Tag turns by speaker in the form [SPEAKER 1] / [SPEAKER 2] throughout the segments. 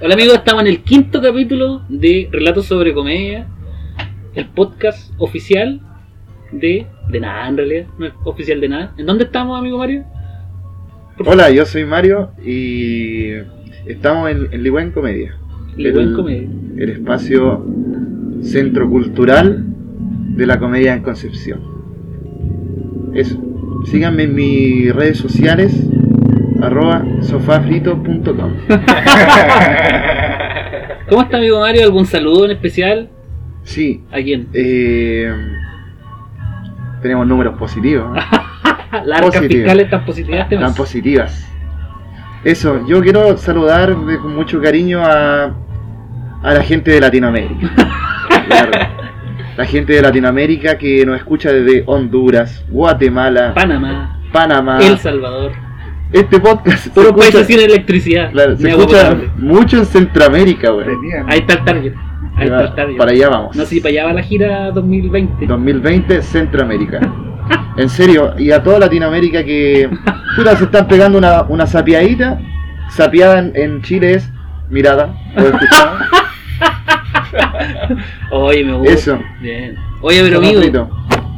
[SPEAKER 1] Hola amigos, estamos en el quinto capítulo de Relatos sobre Comedia, el podcast oficial de... De nada, en realidad, no es oficial de nada. ¿En dónde estamos, amigo Mario?
[SPEAKER 2] Hola, yo soy Mario y estamos en, en Ligüen Comedia.
[SPEAKER 1] Ligüen
[SPEAKER 2] el,
[SPEAKER 1] Comedia.
[SPEAKER 2] El espacio centro cultural de la comedia en Concepción. Eso. Síganme en mis redes sociales, arroba sofafrito.com.
[SPEAKER 1] ¿Cómo está, amigo Mario? ¿Algún saludo en especial?
[SPEAKER 2] Sí,
[SPEAKER 1] ¿A quién?
[SPEAKER 2] eh, tenemos números positivos. ¿no?
[SPEAKER 1] Ah, Las arcas
[SPEAKER 2] Positivo.
[SPEAKER 1] fiscales tan positivas te
[SPEAKER 2] tan positivas. Eso, yo quiero saludar de- con mucho cariño a, a la gente de Latinoamérica. Claro. La gente de Latinoamérica que nos escucha desde Honduras, Guatemala,
[SPEAKER 1] Panamá,
[SPEAKER 2] Panamá.
[SPEAKER 1] El Salvador,
[SPEAKER 2] Este podcast Ah. se
[SPEAKER 1] todos los
[SPEAKER 2] escucha,
[SPEAKER 1] países sin electricidad.
[SPEAKER 2] claro, se
[SPEAKER 1] ni agua
[SPEAKER 2] escucha
[SPEAKER 1] potable.
[SPEAKER 2] mucho en Centroamérica, güey.
[SPEAKER 1] Ahí está el target. Ahí está el target.
[SPEAKER 2] Para allá vamos.
[SPEAKER 1] No sé si para allá va la gira 2020.
[SPEAKER 2] 2020 Centroamérica. En serio, y a toda Latinoamérica que puta, se están pegando una, una sapiadita. Sapiada en, en Chile es mirada. ¿lo escuchaba?
[SPEAKER 1] Oye, me gusta.
[SPEAKER 2] Eso.
[SPEAKER 1] Bien. Oye, pero
[SPEAKER 2] Somos
[SPEAKER 1] amigo,
[SPEAKER 2] frito.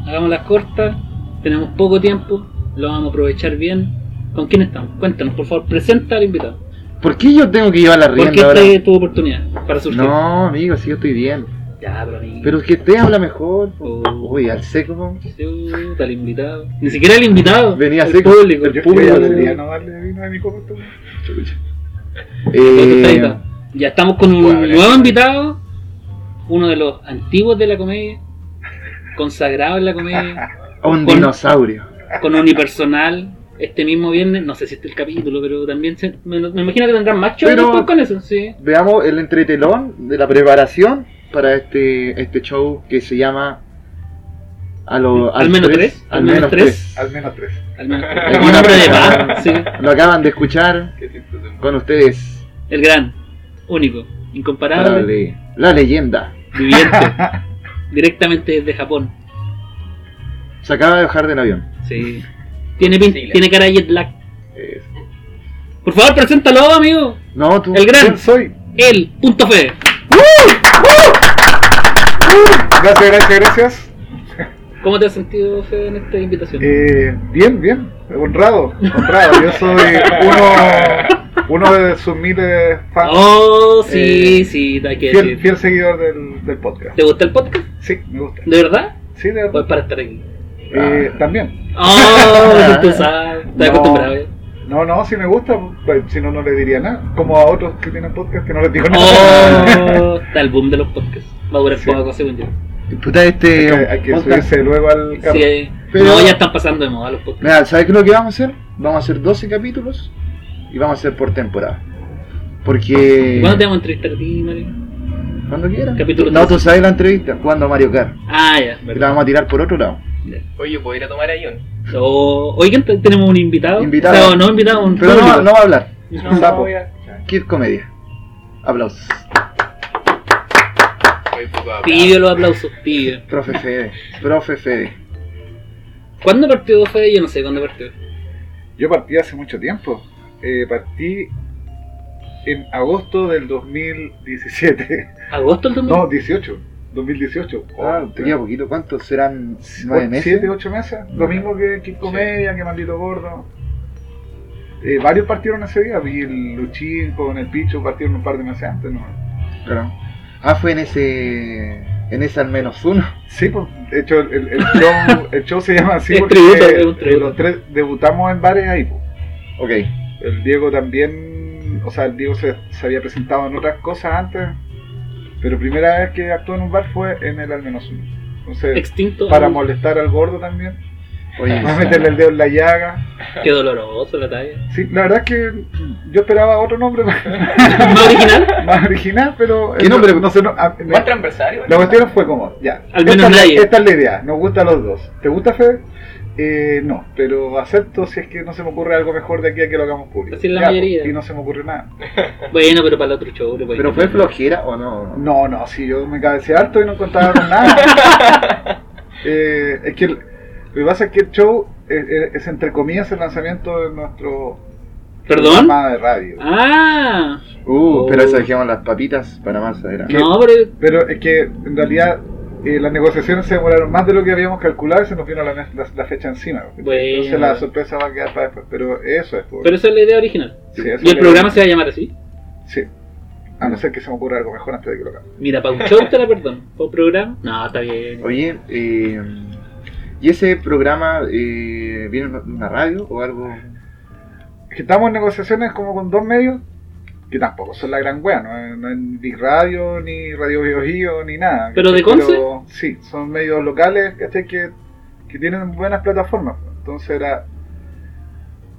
[SPEAKER 1] hagamos las cortas. Tenemos poco tiempo. Lo vamos a aprovechar bien. ¿Con quién estamos? Cuéntanos, por favor. Presenta al invitado.
[SPEAKER 2] ¿Por qué yo tengo que llevar la
[SPEAKER 1] Porque
[SPEAKER 2] rienda
[SPEAKER 1] esta
[SPEAKER 2] ahora?
[SPEAKER 1] es tu oportunidad para surgir.
[SPEAKER 2] No, amigo, si yo estoy bien.
[SPEAKER 1] Ya, pero amigo.
[SPEAKER 2] Pero es que te habla mejor.
[SPEAKER 1] Oh.
[SPEAKER 2] Uy, al seco. po.
[SPEAKER 1] Puta, el invitado. Ni siquiera el invitado.
[SPEAKER 2] Venía
[SPEAKER 1] el
[SPEAKER 2] seco.
[SPEAKER 1] público. El
[SPEAKER 2] Yo-
[SPEAKER 1] público.
[SPEAKER 2] yo ya
[SPEAKER 3] debería no darle vino a mi copa, tú.
[SPEAKER 2] Chucha.
[SPEAKER 1] Todo está
[SPEAKER 2] Eh,
[SPEAKER 1] editado. ya estamos con un
[SPEAKER 3] Bueno,
[SPEAKER 1] nuevo
[SPEAKER 3] ya.
[SPEAKER 1] invitado. Uno de los antiguos de la comedia. Consagrado en la comedia.
[SPEAKER 2] un
[SPEAKER 1] Con-
[SPEAKER 2] dinosaurio.
[SPEAKER 1] Con unipersonal. Este mismo viernes. No sé si este el capítulo, pero también se- me, me imagino que tendrán más shows
[SPEAKER 2] Pero-
[SPEAKER 1] después con eso. Sí.
[SPEAKER 2] veamos el entretelón de la preparación para este este show que se llama a lo-
[SPEAKER 1] Al menos tres,
[SPEAKER 2] al menos tres.
[SPEAKER 3] Al menos tres.
[SPEAKER 1] Al menos.
[SPEAKER 2] Aquí
[SPEAKER 1] Un hombre de
[SPEAKER 2] acaban-
[SPEAKER 1] paz, sí.
[SPEAKER 2] Lo acaban de escuchar
[SPEAKER 3] Qué tiempo tengo.
[SPEAKER 2] con ustedes.
[SPEAKER 1] El gran, único, incomparable,
[SPEAKER 2] Dale. La leyenda.
[SPEAKER 1] viviente. directamente desde Japón.
[SPEAKER 2] Se acaba de bajar del avión.
[SPEAKER 1] Sí. Tiene, pin-
[SPEAKER 3] Sí, la-
[SPEAKER 1] tiene cara de jet lag.
[SPEAKER 2] Eh,
[SPEAKER 1] Por favor, preséntalo, amigo.
[SPEAKER 2] No, tú.
[SPEAKER 1] El gran.
[SPEAKER 2] ¿Quién soy?
[SPEAKER 1] El punto fe.
[SPEAKER 3] Gracias, gracias, gracias.
[SPEAKER 1] ¿Cómo te has sentido, Fede, en esta invitación?
[SPEAKER 3] Eh, bien, bien. Honrado, honrado. Yo soy uno, uno de sus miles fans.
[SPEAKER 1] oh, sí,
[SPEAKER 3] eh,
[SPEAKER 1] sí, hay que
[SPEAKER 3] Fiel,
[SPEAKER 1] decir.
[SPEAKER 3] fiel seguidor del, del podcast.
[SPEAKER 1] ¿Te gusta el podcast?
[SPEAKER 3] Sí, me gusta.
[SPEAKER 1] ¿De verdad?
[SPEAKER 3] Sí, de
[SPEAKER 1] Pues Ah.
[SPEAKER 3] verdad.
[SPEAKER 1] para estar aquí.
[SPEAKER 3] Eh, también.
[SPEAKER 1] Oh, tú sabes. Estás
[SPEAKER 3] No.
[SPEAKER 1] acostumbrado. ¿eh?
[SPEAKER 3] No, no, si me gusta, pues, si no, no le diría nada. Como a otros que tienen podcast que no les digo nada.
[SPEAKER 1] Oh, está el boom de los podcasts. Va a durar
[SPEAKER 3] Sí.
[SPEAKER 1] poco, según yo.
[SPEAKER 2] Puta,
[SPEAKER 3] Hay
[SPEAKER 2] este.
[SPEAKER 3] que- hay que
[SPEAKER 2] podcast-
[SPEAKER 3] subirse luego al carro.
[SPEAKER 1] Sí. eh.
[SPEAKER 2] Pero-
[SPEAKER 1] No, ya están pasando de moda los podcasts.
[SPEAKER 2] Mira, ¿sabes qué es lo que vamos a hacer? Vamos a hacer 12 capítulos y vamos a hacer por temporada. Porque.
[SPEAKER 1] ¿Cuándo te vamos a entrevistar a ti, Mario?
[SPEAKER 2] Cuando quieras.
[SPEAKER 1] Capítulo
[SPEAKER 2] no,
[SPEAKER 1] 13.
[SPEAKER 2] tú sabes la entrevista. Cuando a Mario Kart.
[SPEAKER 1] Ah, ya.
[SPEAKER 2] Que La vamos a tirar por otro lado.
[SPEAKER 1] ya.
[SPEAKER 4] Oye, ¿puedo ir a tomar ayón?
[SPEAKER 1] O- oigan, Oh, te- tenemos un invitado.
[SPEAKER 2] Invitado.
[SPEAKER 1] O sea, no invitado, un
[SPEAKER 2] Pero no,
[SPEAKER 1] público.
[SPEAKER 2] no va a hablar.
[SPEAKER 4] No,
[SPEAKER 2] Un sapo.
[SPEAKER 4] voy a...
[SPEAKER 2] Kid Comedia. Aplausos.
[SPEAKER 4] Soy poco hablado.
[SPEAKER 1] Tibio los aplausos, tibio.
[SPEAKER 2] Profe Fede. Profe Fede.
[SPEAKER 1] ¿Cuándo partió Fede? Yo no sé cuándo partió.
[SPEAKER 3] Yo partí hace mucho tiempo. Eh, partí en agosto del 2017.
[SPEAKER 1] ¿Agosto el domingo?
[SPEAKER 3] No, 18. 2018.
[SPEAKER 2] Ah, te queda poquito. ¿Cuántos serán? ¿Nueve meses?
[SPEAKER 3] 7, 8 meses. Lo mismo que Kid Comedia, que Maldito Gordo. Eh, varios partieron ese día. Vi el Luchín con el Picho, partieron un par de meses antes. ¿no?
[SPEAKER 2] Claro. Ah, fue en ese. En ese al menos uno.
[SPEAKER 3] Sí, pues, de hecho, el, el- el show, el show se llama así
[SPEAKER 1] Es
[SPEAKER 3] porque
[SPEAKER 1] tributo, es un tributo.
[SPEAKER 3] los tres debutamos en bares ahí. pues.
[SPEAKER 2] Ok.
[SPEAKER 3] El Diego también, o sea, el Diego se, se había presentado en otras cosas antes, pero primera vez que actuó en un bar fue en el al menos uno. Entonces,
[SPEAKER 1] Extinto. Uh,
[SPEAKER 3] para
[SPEAKER 1] Uy,
[SPEAKER 3] molestar al gordo también,
[SPEAKER 2] Oye,
[SPEAKER 3] para meterle el dedo en la llaga.
[SPEAKER 1] Qué doloroso la talla.
[SPEAKER 3] Sí, la verdad es que yo esperaba otro nombre
[SPEAKER 1] ¿No original?
[SPEAKER 3] más original, pero.
[SPEAKER 2] ¿Qué nombre?
[SPEAKER 3] No sé, no- ah, me-
[SPEAKER 4] ¿Más transversario?
[SPEAKER 3] la cuestión fue como, ya.
[SPEAKER 1] Al menos
[SPEAKER 3] esta, es la-
[SPEAKER 1] nadie.
[SPEAKER 3] Esta es la idea, nos gusta a los dos. ¿Te gusta, Fede? Eh, no, pero acepto si es que no se me ocurre algo mejor de aquí a que lo hagamos público.
[SPEAKER 1] Así es la
[SPEAKER 3] Ya,
[SPEAKER 1] mayoría.
[SPEAKER 3] Y no se me ocurre nada.
[SPEAKER 1] Bueno, pero para el otro show. le puede
[SPEAKER 2] ¿Pero fue
[SPEAKER 1] cambiar.
[SPEAKER 2] flojera o no?
[SPEAKER 3] No, no, si yo me cabeceé harto y no contaba con nada. Eh, es que el- lo que pasa es que el show es, es- es entre comillas el lanzamiento de nuestro
[SPEAKER 1] ¿Perdón?
[SPEAKER 3] programa de radio.
[SPEAKER 1] Ah,
[SPEAKER 2] Uh,
[SPEAKER 1] Oh.
[SPEAKER 2] pero eso dejemos las papitas para más adelante.
[SPEAKER 1] No, pero
[SPEAKER 3] Pero es que en realidad eh, las negociaciones se demoraron más de lo que habíamos calculado y se nos vino la, mes- la- la fecha encima.
[SPEAKER 1] Bueno.
[SPEAKER 3] Entonces la sorpresa va a quedar para después. Pero eso es. po.
[SPEAKER 1] Pero esa es la idea original.
[SPEAKER 3] Sí, eso
[SPEAKER 1] y el
[SPEAKER 3] le-
[SPEAKER 1] programa se va a llamar así.
[SPEAKER 3] Sí. A no ser que se me ocurra algo mejor antes de que lo cambie.
[SPEAKER 1] Mira, para un show te la perdón. ¿Para un programa? No, está bien.
[SPEAKER 2] Oye, eh, ¿y ese programa eh, viene en una radio o algo?
[SPEAKER 3] Es que estamos en negociaciones como con dos medios que tampoco son la gran wea. No, es- no es ni radio, ni radio Bio Bio, ni nada.
[SPEAKER 1] ¿Pero de Conce?
[SPEAKER 3] Sí, son medios locales ¿cachai? que, que tienen buenas plataformas. po. Entonces era.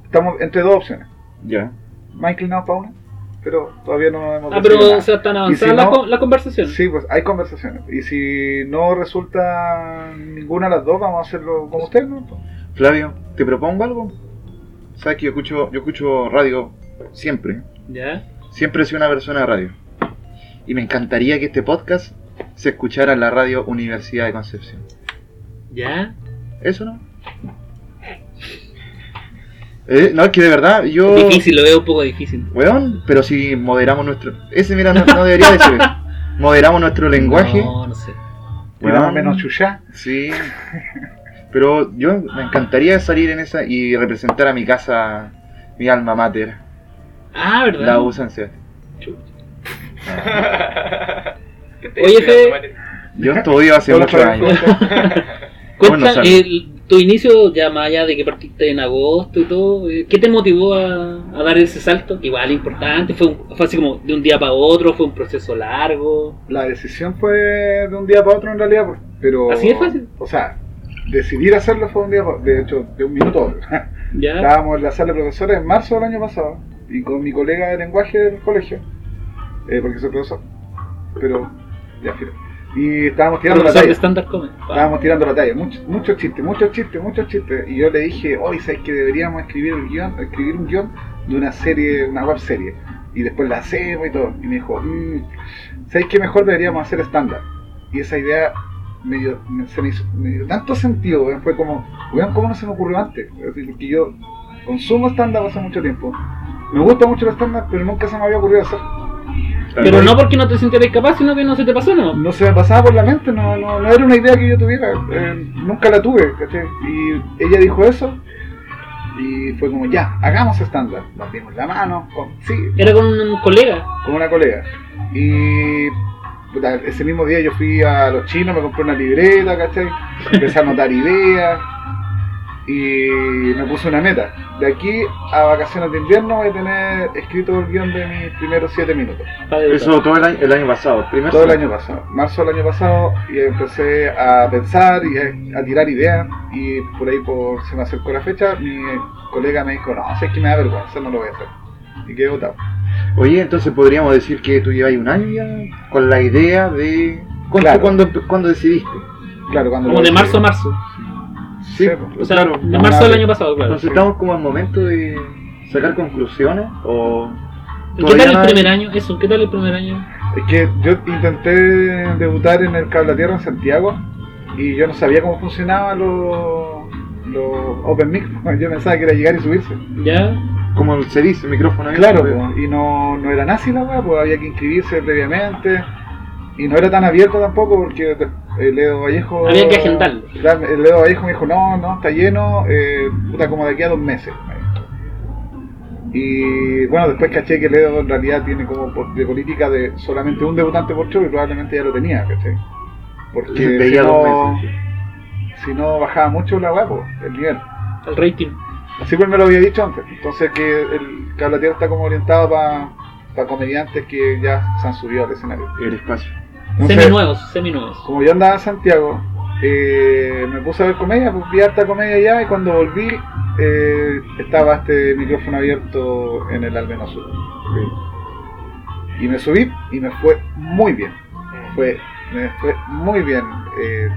[SPEAKER 3] Estamos entre dos opciones.
[SPEAKER 2] Ya.
[SPEAKER 3] más inclinados para una, pero todavía no hemos
[SPEAKER 1] Ah,
[SPEAKER 3] decidido
[SPEAKER 1] pero o
[SPEAKER 3] nada.
[SPEAKER 1] sea, están
[SPEAKER 3] Y si
[SPEAKER 1] avanzadas
[SPEAKER 3] no-
[SPEAKER 1] las la conversaciones.
[SPEAKER 3] Sí, pues hay conversaciones. Y si no resulta ninguna de las dos, vamos a hacerlo con ustedes, ¿no? Pues,
[SPEAKER 2] Flavio, ¿te propongo algo? Sabes que yo escucho, yo escucho radio siempre.
[SPEAKER 1] ¿Ya?
[SPEAKER 2] Siempre he sido una persona de radio. Y me encantaría que este podcast se escuchara en la radio Universidad de Concepción.
[SPEAKER 1] ¿Ya?
[SPEAKER 2] ¿Eso no? Eh, no, es que de verdad, yo...
[SPEAKER 1] Difícil, lo veo un poco difícil.
[SPEAKER 2] Weón, pero si moderamos nuestro... Ese, mira, no, no debería decir. Moderamos nuestro lenguaje.
[SPEAKER 1] No, no sé.
[SPEAKER 3] Era más o
[SPEAKER 2] Weón.
[SPEAKER 3] menos chuchá.
[SPEAKER 2] Sí. Pero yo me encantaría salir en esa y representar a mi casa, mi alma mater,
[SPEAKER 1] Ah, ¿verdad?
[SPEAKER 2] la ausencia.
[SPEAKER 4] ¿Qué te
[SPEAKER 1] Oye,
[SPEAKER 4] decía,
[SPEAKER 1] Fe.
[SPEAKER 4] tomate?
[SPEAKER 2] Yo estudio hace
[SPEAKER 3] Todos
[SPEAKER 2] muchos
[SPEAKER 3] los
[SPEAKER 2] años.
[SPEAKER 3] programas-
[SPEAKER 1] Cuenta
[SPEAKER 2] Bueno, sale.
[SPEAKER 1] el- eh, tu inicio, ya más allá de que partiste en agosto y todo, eh, ¿qué te motivó a, a dar ese salto? Que igual importante, fue, un- fue así como de un día para otro, fue un proceso largo.
[SPEAKER 3] La decisión fue de un día para otro en realidad, pues, pero...
[SPEAKER 1] Así de fácil.
[SPEAKER 3] O sea, decidir hacerlo fue un día para De hecho, de un minuto a otro.
[SPEAKER 1] Ah. ¿Ya?
[SPEAKER 3] Estábamos en la sala de profesores en marzo del año pasado y con mi colega de lenguaje del colegio, eh, porque soy profesor. Pero, ya, filo. Y estábamos tirando la
[SPEAKER 1] Profesor de
[SPEAKER 3] talla.
[SPEAKER 1] estándar come.
[SPEAKER 3] Estábamos tirando la talla, muchos mucho chistes, muchos chistes, muchos chistes. Y yo le dije, hoy sabes que deberíamos escribir un guión, escribir un guión de una serie, una web serie. Y después la hacemos y todo. Y me dijo, "Mm, ¿sabes qué mejor deberíamos hacer estándar? Y esa idea me dio, me- se me hizo, me dio tanto sentido, weón. fue como, weón, ¿cómo no se me ocurrió antes? Es decir, Porque yo consumo estándar hace mucho tiempo. Me gusta mucho el estándar, pero nunca se me había ocurrido hacer.
[SPEAKER 1] Pero no porque no te sintieras capaz, sino que no se te pasó, ¿no?
[SPEAKER 3] no se me pasaba por la mente, no, no, no era una idea que yo tuviera, eh, nunca la tuve, ¿cachai? Y ella dijo eso y fue como, ya, hagamos estándar. Nos dimos la mano, con, sí,
[SPEAKER 1] Era con un colega.
[SPEAKER 3] con una colega. Y puta, ese mismo día yo fui a los chinos, me compré una libreta, ¿cachai? Empecé a anotar ideas y me puse una meta. De aquí a vacaciones de invierno voy a tener escrito el guión de mis primeros siete minutos.
[SPEAKER 1] para debutar.
[SPEAKER 2] Eso todo el año, el año pasado. Primer
[SPEAKER 3] Todo el
[SPEAKER 2] semestre.
[SPEAKER 3] año pasado, marzo del año pasado, y empecé a pensar y a, a tirar ideas, y por ahí por, se me acercó la fecha, mi colega me dijo, no, sé que me da vergüenza, no lo voy a hacer. Y quedé votado.
[SPEAKER 2] Oye, entonces podríamos decir que tú llevas un año ya con la idea de... ¿Cuándo,
[SPEAKER 3] Claro.
[SPEAKER 2] cuándo- cuándo decidiste?
[SPEAKER 3] Claro, cuando...
[SPEAKER 1] Como de marzo a marzo.
[SPEAKER 3] Sí, pues,
[SPEAKER 1] O sea,
[SPEAKER 2] claro.
[SPEAKER 1] de marzo del
[SPEAKER 3] Claro.
[SPEAKER 1] año pasado, claro.
[SPEAKER 2] Entonces estamos como al momento de sacar conclusiones o...
[SPEAKER 1] ¿Y ¿Qué tal
[SPEAKER 2] todavía
[SPEAKER 1] el
[SPEAKER 2] no-
[SPEAKER 1] primer año? Eso, ¿qué tal el primer año?
[SPEAKER 3] Es que yo intenté debutar en el Cable a Tierra en Santiago, y yo no sabía cómo funcionaban los los Open Mic, yo pensaba que era llegar y subirse.
[SPEAKER 1] ¿Ya?
[SPEAKER 2] Como se dice, micrófono ahí.
[SPEAKER 3] Claro, po, pues,
[SPEAKER 1] pues.
[SPEAKER 3] y no, no era nazi la weá, pues había que inscribirse previamente. Y no era tan abierto tampoco porque el Edo Vallejo.
[SPEAKER 1] Había que agendarlo.
[SPEAKER 3] Claro, El Edo Vallejo me dijo: no, no, está lleno, eh, puta, como de aquí a dos meses. Y bueno, después caché que el Edo en realidad tiene como por- de política de solamente un debutante por show y probablemente ya lo tenía, caché. Porque
[SPEAKER 2] Sí,
[SPEAKER 3] si
[SPEAKER 2] veía dos
[SPEAKER 3] no,
[SPEAKER 2] meses,
[SPEAKER 3] si no bajaba mucho la weá, pues, el nivel.
[SPEAKER 1] El rating.
[SPEAKER 3] Así pues me lo había dicho antes. Entonces que el Cable Tierra está como orientado para comediantes que ya se han subido al escenario.
[SPEAKER 2] el espacio.
[SPEAKER 3] Entonces,
[SPEAKER 1] Seminuevos, seminuevos.
[SPEAKER 3] como yo andaba en Santiago, eh, me puse a ver comedia, pues vi harta comedia ya y cuando volví eh, estaba este micrófono abierto en el Almeno Sur. Y me subí y me fue muy bien. Fue, me fue muy bien. eh,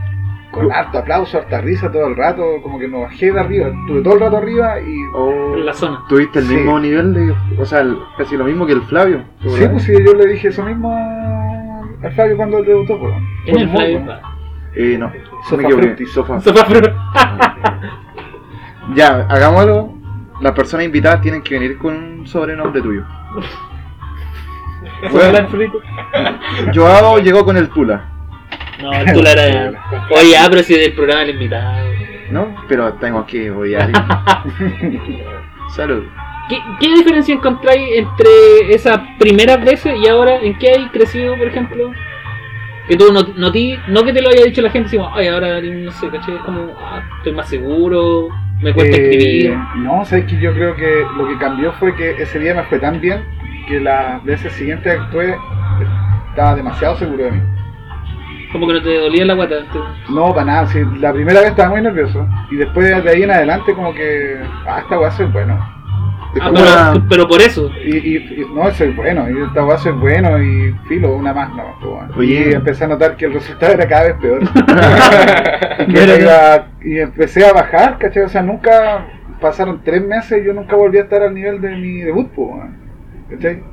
[SPEAKER 3] con harto aplauso, harta risa todo el rato, como que no bajé de arriba, estuve todo el rato arriba y
[SPEAKER 2] O-
[SPEAKER 1] En la zona.
[SPEAKER 2] Tuviste el
[SPEAKER 3] Sí.
[SPEAKER 2] mismo nivel de. O sea, el- casi lo mismo que el Flavio.
[SPEAKER 3] Sí,
[SPEAKER 2] ¿verdad?
[SPEAKER 3] pues sí, yo le dije eso mismo a- al Flavio cuando él debutó, pues.
[SPEAKER 1] En el
[SPEAKER 3] Fue muy
[SPEAKER 1] flyer.
[SPEAKER 3] bueno.
[SPEAKER 2] Eh, no.
[SPEAKER 3] Sofá
[SPEAKER 2] me equivoqué,
[SPEAKER 3] Fructis.
[SPEAKER 2] sofá.
[SPEAKER 1] Sofá Fruit.
[SPEAKER 2] Ya, hagamos algo. Las personas invitadas tienen que venir con un sobrenombre tuyo.
[SPEAKER 1] ¿Fue plan frito?
[SPEAKER 2] Joao llegó con el Tula,
[SPEAKER 1] No, el Tula era. Oye, ah, pero si del programa el invitado.
[SPEAKER 2] ¿no? Pero tengo que obviar. Salud.
[SPEAKER 1] ¿Qué, qué diferencia encontráis entre esas primeras veces y ahora? ¿En qué hay crecido, por ejemplo? Que tú no, no, ti- no que te lo haya dicho la gente, sino, ay, ahora no sé, caché, es como, ah, estoy más seguro, me cuesta
[SPEAKER 3] Eh,
[SPEAKER 1] escribir.
[SPEAKER 3] No, sabes que yo creo que lo que cambió fue que ese día me fue tan bien que las veces siguientes actué estaba demasiado seguro de mí.
[SPEAKER 1] Como que no te dolía la guata. te-
[SPEAKER 3] No, para nada, sí, la primera vez estaba muy nervioso y después de ahí en adelante como que, ah, esta weá soy bueno.
[SPEAKER 2] Es
[SPEAKER 1] Ah,
[SPEAKER 2] como
[SPEAKER 1] pero,
[SPEAKER 2] una-
[SPEAKER 1] pero por eso.
[SPEAKER 3] Y, y- y- no, soy bueno, y esta weá soy bueno y filo, una más nomás. pues, bueno.
[SPEAKER 2] Oye.
[SPEAKER 3] Y empecé a notar que el resultado era cada vez peor. Y
[SPEAKER 2] Pero-
[SPEAKER 3] iba- y empecé a bajar, ¿cachai? O sea, nunca pasaron tres meses y yo nunca volví a estar al nivel de mi debut, po, weón. ¿cachai?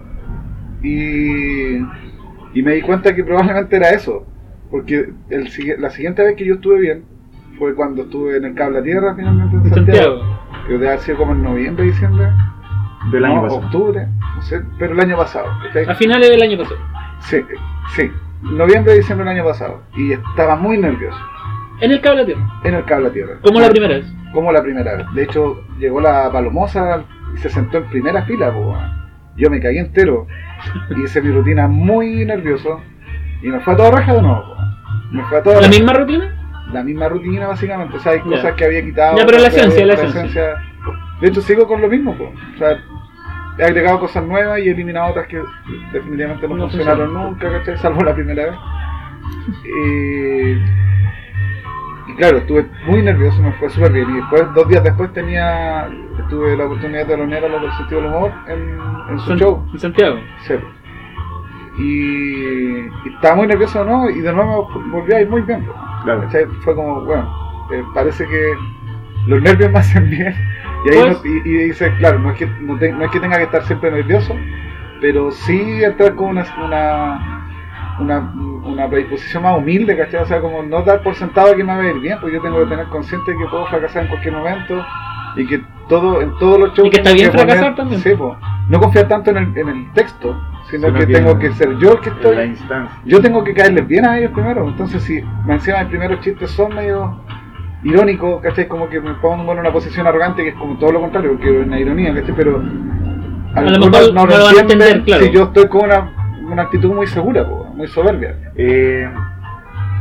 [SPEAKER 3] Y, y me di cuenta que probablemente era eso, porque el, sigui- la siguiente vez que yo estuve bien fue cuando estuve en el Cable a Tierra finalmente en Santiago.
[SPEAKER 1] Santiago.
[SPEAKER 3] Que debe haber sido como en noviembre, diciembre,
[SPEAKER 2] del año
[SPEAKER 3] no,
[SPEAKER 2] pasado.
[SPEAKER 3] octubre, no sé, pero el año pasado. ¿cachai?
[SPEAKER 1] A finales del año pasado.
[SPEAKER 3] Sí, sí, noviembre, diciembre del año pasado. Y estaba muy nervioso
[SPEAKER 1] En el cable a tierra.
[SPEAKER 3] en el Cable a Tierra.
[SPEAKER 1] Como la primera vez.
[SPEAKER 3] como la primera vez. De hecho, llegó la palomosa y se sentó en primera fila. po, weón. Yo me caí entero y hice mi rutina muy nervioso y me fue a toda raja de nuevo. po, weón. Me fue a toda
[SPEAKER 1] ¿La
[SPEAKER 3] raja.
[SPEAKER 1] misma rutina?
[SPEAKER 3] La misma rutina, básicamente. O sea, hay
[SPEAKER 1] Ya.
[SPEAKER 3] cosas que había quitado.
[SPEAKER 1] Ya, pero la
[SPEAKER 3] otras que
[SPEAKER 1] esencia,
[SPEAKER 3] había-
[SPEAKER 1] la esencia.
[SPEAKER 3] De hecho, sigo con lo mismo. po. O sea, he agregado cosas nuevas y he eliminado otras que definitivamente no,
[SPEAKER 1] No
[SPEAKER 3] funcionaron nunca, ¿cachai? Salvo la primera vez. Eh, y claro, estuve muy nervioso, me fue súper bien. Y después, dos días después, tenía tuve la oportunidad de reunir a los del sentido del humor en, en su
[SPEAKER 1] San-
[SPEAKER 3] show.
[SPEAKER 1] En Santiago.
[SPEAKER 3] Sí. Y, y estaba muy nervioso, ¿no? Y de nuevo me volví a ir muy bien. po.
[SPEAKER 2] Claro.
[SPEAKER 3] ¿Cachai? Fue como, bueno, eh, parece que los nervios me hacen bien. Y ahí
[SPEAKER 1] Pues-
[SPEAKER 3] no- y, y dice, claro, no es, que, no, te- no es que tenga que estar siempre nervioso, pero sí entrar con una, una, una, una predisposición más humilde, ¿cachai? O sea, como no dar por sentado que me va a ir bien, porque yo tengo que tener consciente que puedo fracasar en cualquier momento y que todo en todos los shows...
[SPEAKER 1] Y que está
[SPEAKER 3] tengo
[SPEAKER 1] bien
[SPEAKER 3] poner-
[SPEAKER 1] fracasar también.
[SPEAKER 3] Sí, po. no confiar tanto en el, en el texto, sino,
[SPEAKER 2] Sino
[SPEAKER 3] que,
[SPEAKER 2] que-
[SPEAKER 3] tengo que ser yo el que
[SPEAKER 2] En la
[SPEAKER 3] estoy
[SPEAKER 2] instancia.
[SPEAKER 3] yo tengo que caerles bien a ellos primero. Entonces, si me encima mis primeros chistes son medio irónicos, ¿cachai? Como que me pongo en una posición arrogante que es como todo lo contrario, porque es una ironía, ¿cachai? Pero
[SPEAKER 1] A lo
[SPEAKER 3] algunos
[SPEAKER 1] mejor no lo van a
[SPEAKER 3] entienden
[SPEAKER 1] entender, claro.
[SPEAKER 3] si yo estoy con una, una actitud muy segura, po, muy soberbia.
[SPEAKER 2] Eh,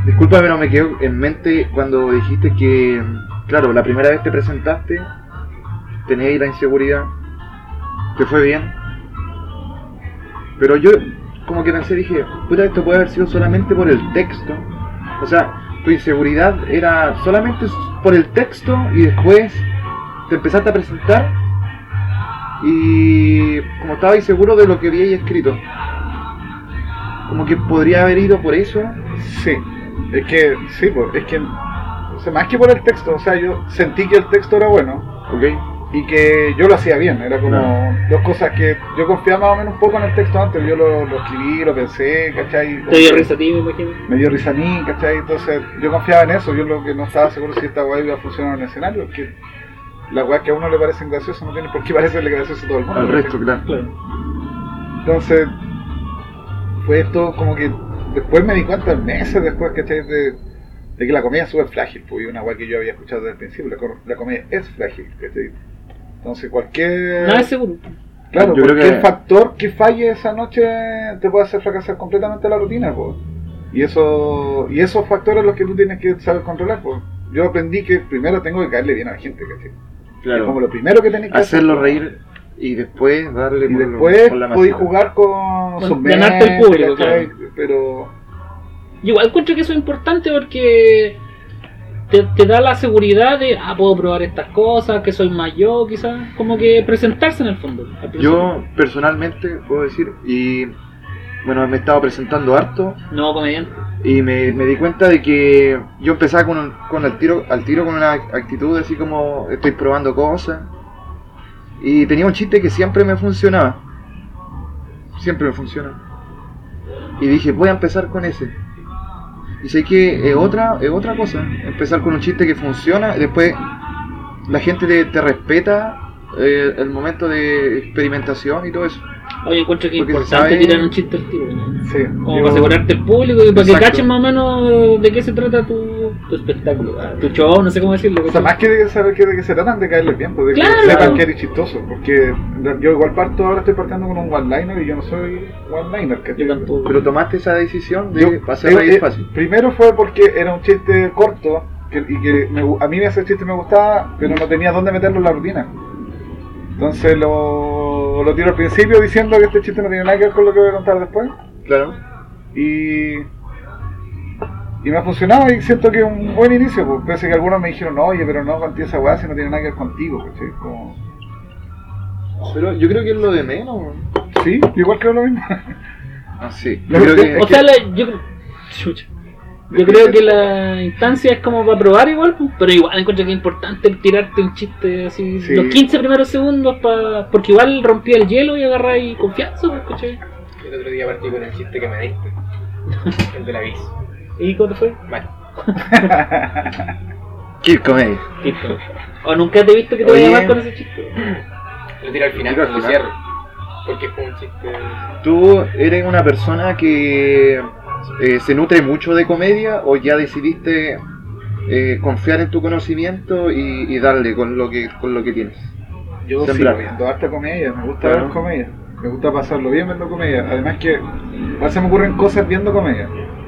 [SPEAKER 2] disculpa, pero me quedó en mente cuando dijiste que, claro, la primera vez te presentaste, tenías la inseguridad, te fue bien. Pero yo como que pensé, dije, puta, esto puede haber sido solamente por el texto. O sea, tu inseguridad era solamente por el texto y después te empezaste a presentar y como estaba inseguro de lo que había escrito. Como que podría haber ido por eso.
[SPEAKER 3] Sí, es que, sí, po, es que, o sea, más que por el texto, o sea, yo sentí que el texto era bueno
[SPEAKER 2] Ok.
[SPEAKER 3] y que yo lo hacía bien, era como
[SPEAKER 2] No.
[SPEAKER 3] dos cosas que yo confiaba más o menos un poco en el texto antes, yo lo, lo escribí, lo pensé, ¿cachai?
[SPEAKER 1] Te dio risa a ti, me imagino.
[SPEAKER 3] me dio risa a mí, ¿cachai? Entonces yo confiaba en eso, yo lo que no estaba seguro si esta weá iba a funcionar en el escenario, porque las weas que a uno le parecen graciosas no tienen por qué parecerle graciosas a todo el mundo.
[SPEAKER 2] Al resto, claro.
[SPEAKER 1] Claro.
[SPEAKER 3] Entonces, fue esto como que después me di cuenta, meses después, ¿cachai? De, de que la comedia es súper frágil, pues y una weá que yo había escuchado desde el principio, la, cor- la comedia es frágil, ¿cachai? Entonces cualquier...
[SPEAKER 1] Nada es seguro.
[SPEAKER 3] Claro,
[SPEAKER 2] Yo creo
[SPEAKER 3] cualquier
[SPEAKER 2] que-
[SPEAKER 3] factor que falle esa noche te puede hacer fracasar completamente la rutina, po. Y eso y esos factores los que tú tienes que saber controlar, po. Yo aprendí que primero tengo que caerle bien a la gente, ¿cachai? Es como lo primero que tenés que
[SPEAKER 2] Hacerlo reír y después darle
[SPEAKER 3] hacer. Y
[SPEAKER 2] por lo-
[SPEAKER 3] después
[SPEAKER 2] por la
[SPEAKER 3] podés
[SPEAKER 2] masita.
[SPEAKER 3] jugar con
[SPEAKER 1] Con-
[SPEAKER 3] sus
[SPEAKER 1] ganarte el
[SPEAKER 3] mentes,
[SPEAKER 1] público,
[SPEAKER 3] ¿cachai? Pero
[SPEAKER 1] Y Igual encuentro que eso es importante porque te, te da la seguridad de, ah, puedo probar estas cosas, que soy más yo, quizás. Como que presentarse en el fondo. al principio.
[SPEAKER 2] Yo personalmente puedo decir, y bueno, me he estado presentando harto
[SPEAKER 1] No comediante.
[SPEAKER 2] y me, me di cuenta de que yo empezaba con, con el tiro, al tiro con una actitud así como estoy probando cosas y tenía un chiste que siempre me funcionaba. Siempre me funciona. Y dije, voy a empezar con ese. Y sé que es otra, es otra cosa, empezar con un chiste que funciona, y después la gente te, te respeta eh, el momento de experimentación y todo eso.
[SPEAKER 1] Hoy encuentro que es
[SPEAKER 2] Porque se
[SPEAKER 1] importante
[SPEAKER 2] sabe-
[SPEAKER 1] tirar un chiste al tiro, ¿no?
[SPEAKER 3] Sí,
[SPEAKER 1] Como
[SPEAKER 3] yo-
[SPEAKER 1] para asegurarte el público y para que
[SPEAKER 2] Exacto.
[SPEAKER 1] cachen más o menos de qué se trata tu, tu espectáculo, ah, tu show, no sé cómo decirlo.
[SPEAKER 3] O sea,
[SPEAKER 1] ¿cachai?
[SPEAKER 3] más que de saber que de que se tratan de caerles bien, pues de que
[SPEAKER 1] Claro.
[SPEAKER 3] sepan que eres chistoso, porque yo igual parto, ahora estoy partiendo con un one-liner y yo no soy one-liner, ¿cachai?
[SPEAKER 1] Yo tampoco.
[SPEAKER 2] Pero tomaste esa decisión de
[SPEAKER 3] Yo-
[SPEAKER 2] pasar
[SPEAKER 3] eh,
[SPEAKER 2] a ir
[SPEAKER 3] eh,
[SPEAKER 2] fácil.
[SPEAKER 3] Primero fue porque era un chiste corto que- y que me gu- a mí ese chiste me gustaba, pero no tenía dónde meterlo en la rutina. Entonces lo, lo tiro al principio diciendo que este chiste no tiene nada que ver con lo que voy a contar después.
[SPEAKER 2] Claro.
[SPEAKER 3] Y, y me ha funcionado y siento que es un buen inicio, pues, pese a que algunos me dijeron, oye, pero no conté esa weá si no tiene nada que ver contigo, ¿cachai? Como,
[SPEAKER 2] Pero yo creo que es lo de menos.
[SPEAKER 3] sí, igual creo lo mismo.
[SPEAKER 2] Ah, sí.
[SPEAKER 3] Yo
[SPEAKER 2] Yo creo
[SPEAKER 3] creo-
[SPEAKER 2] que,
[SPEAKER 1] o
[SPEAKER 2] es
[SPEAKER 1] sea,
[SPEAKER 2] que-
[SPEAKER 1] la- yo, cre- chucha. Yo creo que la instancia es como para probar igual, pues, pero igual encuentro que es importante tirarte un chiste así,
[SPEAKER 3] Sí.
[SPEAKER 1] los 15 primeros segundos, pa, porque igual rompía el hielo y agarráis confianza, pues, ¿cachai?
[SPEAKER 4] El otro día partí con el chiste que me diste. El del aviso.
[SPEAKER 1] ¿Y cómo te fue?
[SPEAKER 4] Mal.
[SPEAKER 2] Kid Comedia.
[SPEAKER 1] Listo. ¿O nunca te he visto que te voy
[SPEAKER 2] Oye.
[SPEAKER 1] a llamar con ese chiste?
[SPEAKER 4] Lo tiré al final
[SPEAKER 2] Tiro al
[SPEAKER 4] como
[SPEAKER 2] final.
[SPEAKER 4] cierre. Porque es como un chiste.
[SPEAKER 2] ¿Tú eres una persona que eh, se nutre mucho de comedia o ya decidiste eh, confiar en tu conocimiento y, y darle con lo que con lo que tienes?
[SPEAKER 3] Yo
[SPEAKER 2] Sembrar.
[SPEAKER 3] sí, viendo harta comedia, me gusta
[SPEAKER 2] Claro.
[SPEAKER 3] ver comedia, me gusta pasarlo bien viendo comedia. Además que igual se me ocurren cosas viendo comedia.
[SPEAKER 4] Mm.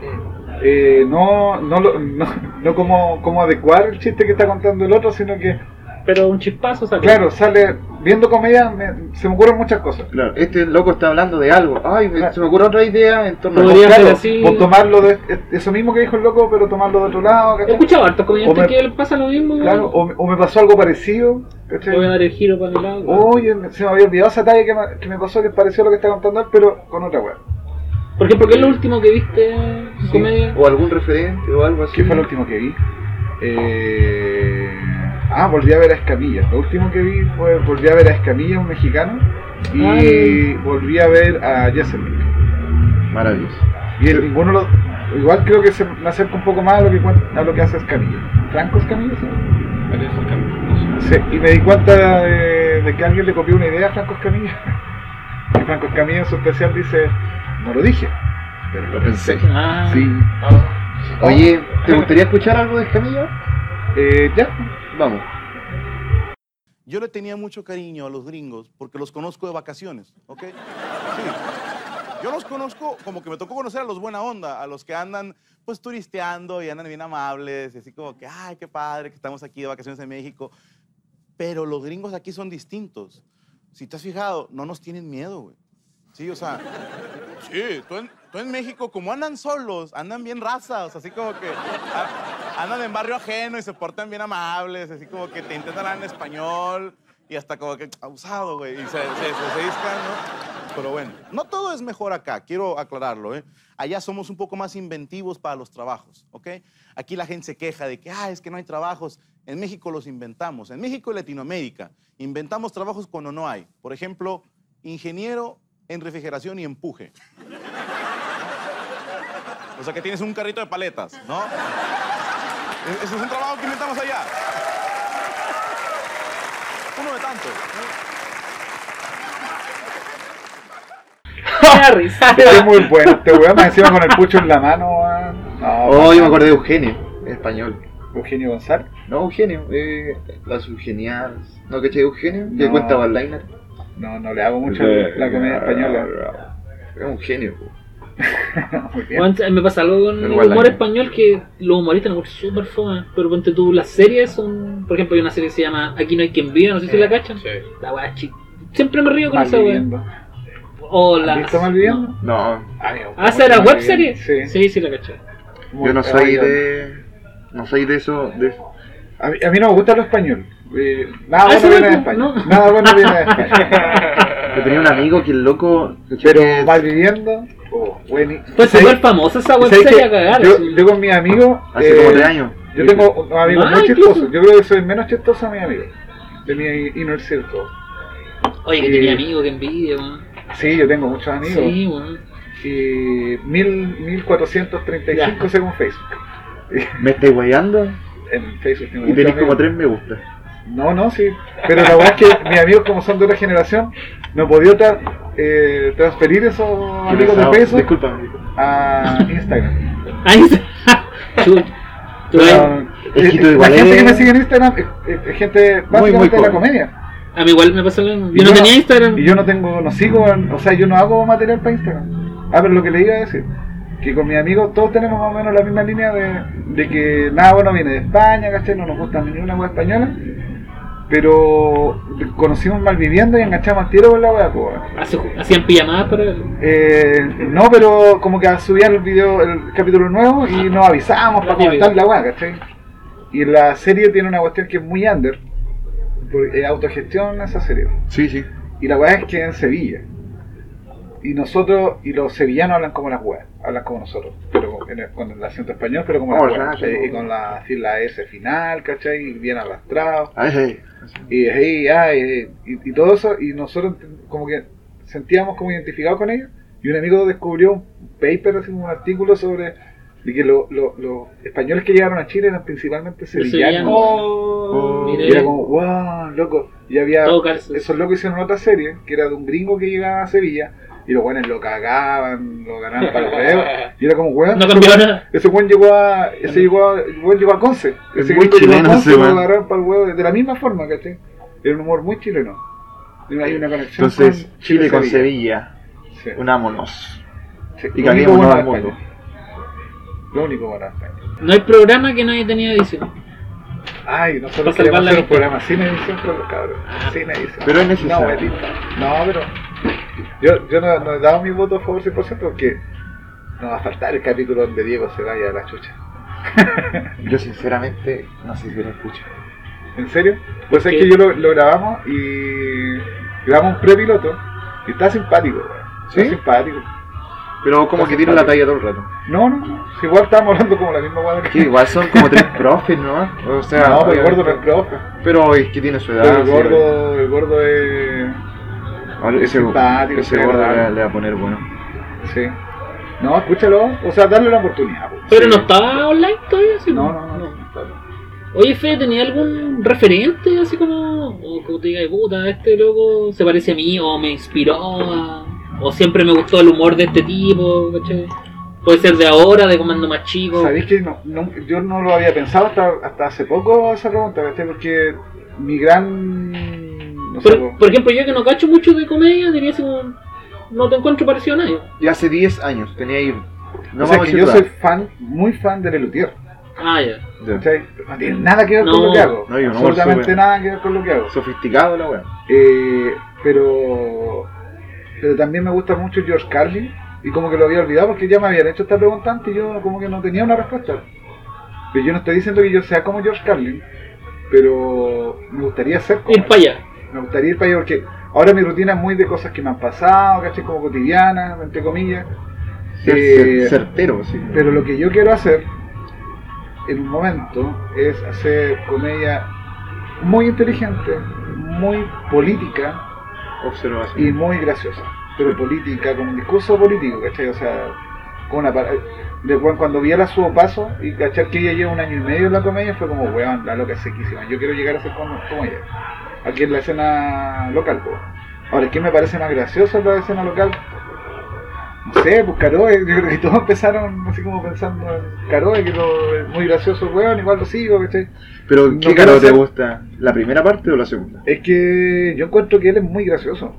[SPEAKER 3] Eh, no no, lo- no, no como, como adecuar el chiste que está contando el otro, sino que,
[SPEAKER 1] Pero un chispazo salió.
[SPEAKER 3] claro, sale viendo comedia, me- se me ocurren muchas cosas.
[SPEAKER 2] Claro, este loco está hablando de algo. Ay, me-
[SPEAKER 3] Claro.
[SPEAKER 2] se me ocurre otra idea en torno
[SPEAKER 1] Podría
[SPEAKER 2] a
[SPEAKER 1] ser
[SPEAKER 2] Claro,
[SPEAKER 1] así.
[SPEAKER 3] Por tomarlo de eso mismo que dijo el loco, pero tomarlo de otro lado,
[SPEAKER 1] He
[SPEAKER 3] ¿cachai?
[SPEAKER 1] escuchado hartos comediantes
[SPEAKER 3] O me-
[SPEAKER 1] que les pasa lo mismo.
[SPEAKER 3] Claro, o, me- o me pasó algo parecido,
[SPEAKER 1] Le voy a
[SPEAKER 3] ¿cachai?
[SPEAKER 1] dar el giro para mi lado.
[SPEAKER 3] Oye, me- se me había olvidado esa talla que me, que me pasó que pareció lo que está contando él, pero con otra weá.
[SPEAKER 1] Por ejemplo, ¿qué es lo último que viste en
[SPEAKER 3] Sí.
[SPEAKER 1] comedia?
[SPEAKER 2] o algún referente o algo así.
[SPEAKER 3] ¿Qué fue lo último que vi? Eh, Ah, volví a ver a Escamilla. Lo último que vi fue volví a ver a Escamilla, un mexicano, y
[SPEAKER 1] Ay.
[SPEAKER 3] volví a ver a Jesselnik.
[SPEAKER 2] Maravilloso.
[SPEAKER 3] Y el- ninguno lo- Igual creo que se me acerca un poco más a lo que, cuen- a lo que hace Escamilla. ¿Franco Escamilla? Sí.
[SPEAKER 4] Pero es el camino.
[SPEAKER 3] Sí, y me di cuenta de, de que alguien le copió una idea a Franco Escamilla. Y Franco Escamilla en su especial dice, no lo dije, pero lo pensé.
[SPEAKER 1] Ah,
[SPEAKER 3] Sí. Ah.
[SPEAKER 2] Oye, ¿te gustaría escuchar algo de Escamilla?
[SPEAKER 3] Eh, ya,
[SPEAKER 2] Vamos.
[SPEAKER 5] Yo le tenía mucho cariño a los gringos porque los conozco de vacaciones, ¿ok? Sí. Yo los conozco como que me tocó conocer a los buena onda, a los que andan pues turisteando y andan bien amables, y así como que, ay, qué padre que estamos aquí de vacaciones en México. Pero los gringos aquí son distintos. Si te has fijado, no nos tienen miedo, güey. Sí, o sea, sí, tú en, tú en México como andan solos, andan bien razas, así como que a- andan en barrio ajeno y se portan bien amables, así como que te intentan hablar en español y hasta como que abusado, güey, y se, se, se- se discan, ¿no? Pero bueno, no todo es mejor acá, quiero aclararlo, ¿eh? Allá somos un poco más inventivos para los trabajos, ¿ok? Aquí la gente se queja de que, ah, es que no hay trabajos. En México los inventamos, en México y Latinoamérica inventamos trabajos cuando no hay. Por ejemplo, ingeniero en refrigeración y empuje. O sea que tienes un carrito de paletas, ¿no? E- Ese es un trabajo que inventamos allá. Uno de tantos.
[SPEAKER 1] qué risa.
[SPEAKER 3] es muy bueno. Este Te voy a encima con el pucho en la mano. ah. No,
[SPEAKER 2] Oh, yo me acordé de Eugenio, español.
[SPEAKER 3] Eugenio González.
[SPEAKER 2] No, Eugenio, eh, las Eugeniadas. ¿No caché Eugenio? ¿Qué
[SPEAKER 3] No.
[SPEAKER 2] cuenta Barliner?
[SPEAKER 3] No, no le hago mucho la comedia española.
[SPEAKER 2] Es un genio. po.
[SPEAKER 3] Muy bien.
[SPEAKER 1] Bueno, me pasa algo con
[SPEAKER 2] Pero
[SPEAKER 1] el
[SPEAKER 2] igual
[SPEAKER 1] humor
[SPEAKER 2] daño.
[SPEAKER 1] español que los humoristas son súper fome, pero ponte tú, las series son, por ejemplo, hay una serie que se llama Aquí no hay quien viva, no sé si la cachan.
[SPEAKER 4] Sí.
[SPEAKER 1] La wea chi- Siempre me río con esa wea.
[SPEAKER 3] Malviviendo.
[SPEAKER 1] O la...
[SPEAKER 3] ¿Has visto Malviviendo?
[SPEAKER 1] No.
[SPEAKER 2] No,
[SPEAKER 3] Ay, oh,
[SPEAKER 1] Ah, ¿esa era web serie?
[SPEAKER 3] Malviviendo. Sí.
[SPEAKER 1] Sí, sí, la caché.
[SPEAKER 3] Muy-
[SPEAKER 2] yo no soy
[SPEAKER 3] oigan,
[SPEAKER 2] de. No soy de eso. De...
[SPEAKER 3] A mí, a mí no me gusta lo español. Eh, nada
[SPEAKER 1] Ah,
[SPEAKER 3] bueno
[SPEAKER 1] eso
[SPEAKER 3] viene de
[SPEAKER 1] no-
[SPEAKER 3] España.
[SPEAKER 1] no.
[SPEAKER 3] Nada bueno viene de España.
[SPEAKER 2] Yo tenía un amigo que el loco.
[SPEAKER 3] Pero Malviviendo, oh, bueno.
[SPEAKER 1] Fue
[SPEAKER 3] ¿Sabes-
[SPEAKER 1] súper famosa esa Pues web
[SPEAKER 3] sabes
[SPEAKER 1] serie
[SPEAKER 3] que
[SPEAKER 1] a cagar.
[SPEAKER 3] Yo,
[SPEAKER 1] así.
[SPEAKER 3] yo con mis amigos.
[SPEAKER 2] Hace
[SPEAKER 3] eh,
[SPEAKER 2] como tres años.
[SPEAKER 3] Yo tengo unos amigos
[SPEAKER 1] Ah,
[SPEAKER 3] muy
[SPEAKER 1] incluso.
[SPEAKER 3] chistosos. Yo creo que soy menos chistoso a mis amigos. De mi inner circle.
[SPEAKER 1] Oye, que
[SPEAKER 3] eh,
[SPEAKER 1] tenía amigos, que envidia, weón.
[SPEAKER 3] Sí, yo tengo muchos amigos.
[SPEAKER 1] Sí, weón.
[SPEAKER 3] y mil- 1435
[SPEAKER 1] Ya.
[SPEAKER 3] según Facebook.
[SPEAKER 2] ¿Me estáis guayando?
[SPEAKER 3] En Facebook tengo
[SPEAKER 2] Y
[SPEAKER 3] muchos
[SPEAKER 2] tenéis como
[SPEAKER 3] amigos.
[SPEAKER 2] tres me gusta.
[SPEAKER 3] No, no, sí. Pero la verdad es que mis amigos, como son de otra generación, no podía estar. eh, transferir esos amigos de
[SPEAKER 2] Disculpa,
[SPEAKER 3] peso
[SPEAKER 2] Discúlpame.
[SPEAKER 3] a Instagram.
[SPEAKER 1] Ahí está. Chu- tú ahí-
[SPEAKER 3] Pero,
[SPEAKER 2] Es
[SPEAKER 3] eh,
[SPEAKER 2] que tú
[SPEAKER 3] la
[SPEAKER 2] igual
[SPEAKER 3] gente
[SPEAKER 2] eres-
[SPEAKER 3] que me sigue en Instagram es, es- es gente básicamente
[SPEAKER 2] muy
[SPEAKER 3] de la
[SPEAKER 2] joven.
[SPEAKER 3] comedia.
[SPEAKER 1] A mí igual me pasó lo mismo.
[SPEAKER 3] Y
[SPEAKER 1] Yo no tenía Instagram.
[SPEAKER 3] Y yo no tengo, no sigo, o sea, yo no hago material para Instagram. Ah, pero lo que le iba a decir, que con mis amigos todos tenemos más o menos la misma línea de, de que nada bueno viene de España, ¿cachai? No nos gusta ninguna web española. Pero conocimos malviviendo y enganchamos al tiro con la wea, pues.
[SPEAKER 1] Hace- Hacían pijamadas para.
[SPEAKER 3] Eh, no, pero como que subían el video, el capítulo nuevo y nos avisábamos para comentar la weá, ¿cachai? Y la serie tiene una cuestión que es muy under, por- eh, autogestión esa serie.
[SPEAKER 2] Sí, sí.
[SPEAKER 3] Y la weá es que en Sevilla. Y nosotros, y los sevillanos hablan como las weas, hablan como nosotros, pero con- en el- con el acento español, pero como las
[SPEAKER 2] Oh,
[SPEAKER 3] weas,
[SPEAKER 2] rayo.
[SPEAKER 3] ¿cachai? Y con la, así la S final, ¿cachai? Y bien arrastrado
[SPEAKER 2] Ay, ay.
[SPEAKER 3] y, hey, ay, eh, y, y todo eso, y nosotros ent- como que sentíamos como identificados con ellos, y un amigo descubrió un paper, así como un artículo sobre de que lo- lo- los españoles que llegaron a Chile eran principalmente sevillanos.
[SPEAKER 1] sevillanos.
[SPEAKER 3] Oh,
[SPEAKER 1] Mire.
[SPEAKER 3] y era como, wow, loco. Y había,
[SPEAKER 1] Todo calza.
[SPEAKER 3] esos locos hicieron otra serie, que era de un gringo que llegaba a Sevilla, y los buenos lo cagaban, lo ganaban para los huevos, y era como, weón,
[SPEAKER 1] No cambió nada.
[SPEAKER 3] ese buen llegó a. Ese llegó a, el buen llegó a Conce.
[SPEAKER 2] Es
[SPEAKER 3] Ese
[SPEAKER 2] muy
[SPEAKER 3] gringo llegó a
[SPEAKER 2] chileno
[SPEAKER 3] Conce,
[SPEAKER 2] ese
[SPEAKER 3] lo
[SPEAKER 2] man.
[SPEAKER 3] agarraron pa'l huevo, de la misma forma, ¿cachai? Era un humor muy chileno. Hay una conexión.
[SPEAKER 2] Entonces,
[SPEAKER 3] con
[SPEAKER 2] Chile con
[SPEAKER 3] Sevilla.
[SPEAKER 2] Sevilla.
[SPEAKER 3] Sí.
[SPEAKER 2] Unámonos. Y
[SPEAKER 3] Sí, lo único
[SPEAKER 2] cambiemos
[SPEAKER 3] bueno
[SPEAKER 2] al
[SPEAKER 3] de
[SPEAKER 2] mundo.
[SPEAKER 3] España. Lo único bueno de España.
[SPEAKER 1] No hay programa que no haya tenido edición.
[SPEAKER 3] Ay,
[SPEAKER 1] Para salvar
[SPEAKER 3] nosotros queremos
[SPEAKER 1] la
[SPEAKER 3] hacer un
[SPEAKER 1] vista.
[SPEAKER 3] programa sin edición con los cabros. Sin edición.
[SPEAKER 2] Pero es necesario.
[SPEAKER 3] No, Betito. No, pero. Yo, yo no, no he dado mi voto a favor 100% porque nos va a faltar el capítulo donde Diego se vaya a la chucha.
[SPEAKER 2] Yo sinceramente no sé si lo escucho.
[SPEAKER 3] ¿En serio? Pues es
[SPEAKER 1] Sí.
[SPEAKER 3] que yo lo, lo grabamos y grabamos un prepiloto y está simpático, weón. Está
[SPEAKER 2] ¿Sí?
[SPEAKER 3] simpático.
[SPEAKER 2] Pero como que tiene la talla todo el rato.
[SPEAKER 3] No, no, no. Si igual estábamos hablando como la misma weá.
[SPEAKER 2] Que igual son como tres profes, ¿no? O sea,
[SPEAKER 3] no, pero el gordo no es
[SPEAKER 2] obviamente-
[SPEAKER 3] profe.
[SPEAKER 2] Pero es que tiene su edad.
[SPEAKER 3] Pero el
[SPEAKER 2] sí,
[SPEAKER 3] gordo, el gordo es.
[SPEAKER 2] Ahora ese
[SPEAKER 3] simpático,
[SPEAKER 2] ese
[SPEAKER 3] sí,
[SPEAKER 2] gordo
[SPEAKER 3] verdad.
[SPEAKER 2] le, le va a poner bueno.
[SPEAKER 3] Sí. No, escúchalo. O sea, darle la oportunidad, weón.
[SPEAKER 1] Pero
[SPEAKER 2] Sí.
[SPEAKER 1] no estaba online todavía, ¿sí?
[SPEAKER 3] No, no, no, no. claro.
[SPEAKER 1] Oye, Fede, ¿tenía algún referente así como, o como te diga, puta, este loco se parece a mí, o me inspiró, a- o siempre me gustó el humor de este tipo, ¿cachai? Puede ser de ahora, de comando más chico.
[SPEAKER 3] Sabéis que no, no- yo no lo había pensado hasta, hasta hace poco esa pregunta, ¿cachai? Porque mi gran. No sé,
[SPEAKER 1] Por,
[SPEAKER 3] weón.
[SPEAKER 1] por ejemplo, yo que no cacho mucho de comedia, diría así como, no te encuentro parecido a nadie.
[SPEAKER 2] Y hace 10 años tenía ahí. No
[SPEAKER 3] o sea,
[SPEAKER 2] vamos
[SPEAKER 3] que
[SPEAKER 2] a
[SPEAKER 3] yo soy
[SPEAKER 2] decir
[SPEAKER 3] fan, muy fan de Lelutier.
[SPEAKER 1] Ah, ya.
[SPEAKER 2] nada.
[SPEAKER 3] ¿cachai? No tiene nada que ver con
[SPEAKER 1] No.
[SPEAKER 3] lo que hago.
[SPEAKER 2] No, yo no,
[SPEAKER 3] absolutamente
[SPEAKER 2] súper.
[SPEAKER 3] nada que ver con lo que hago.
[SPEAKER 2] Ya. Sofisticado la weá.
[SPEAKER 3] Eh, pero, pero también me gusta mucho George Carlin y como que lo había olvidado porque ya me habían hecho esta pregunta antes y yo como que no tenía una respuesta. Pero yo no estoy diciendo que yo sea como George Carlin, pero me gustaría ser como
[SPEAKER 1] Ir
[SPEAKER 3] él.
[SPEAKER 1] para allá.
[SPEAKER 3] Me gustaría ir para allá porque ahora mi rutina es muy de cosas que me han pasado, ¿cachai? Como cotidianas, entre comillas.
[SPEAKER 2] Ser,
[SPEAKER 3] Eh,
[SPEAKER 2] ser- certero, sí.
[SPEAKER 3] Pero lo que yo quiero hacer en un momento es hacer comedia muy inteligente, muy política
[SPEAKER 2] Observación.
[SPEAKER 3] y muy graciosa. Pero política, con un discurso político, ¿cachai? O sea, con una para- de weón, cuando vi a la subo paso y cachar que ella lleva un año y medio en la comedia fue como, weón, la loca es sequísima. Yo quiero llegar a ser como, como ella. Aquí en la escena local, po. Ahora, ¿qué me parece más gracioso en la escena local? No sé, pues Caroe, yo creo que todos empezaron así como pensando en Caroe, que lo- es muy gracioso, weón, igual lo sigo, ¿cachai?
[SPEAKER 2] Pero,
[SPEAKER 3] no
[SPEAKER 2] ¿qué
[SPEAKER 3] quiero
[SPEAKER 2] caro te
[SPEAKER 3] ser-
[SPEAKER 2] gusta? ¿La primera parte o la segunda?
[SPEAKER 3] Es que yo encuentro que él es muy gracioso.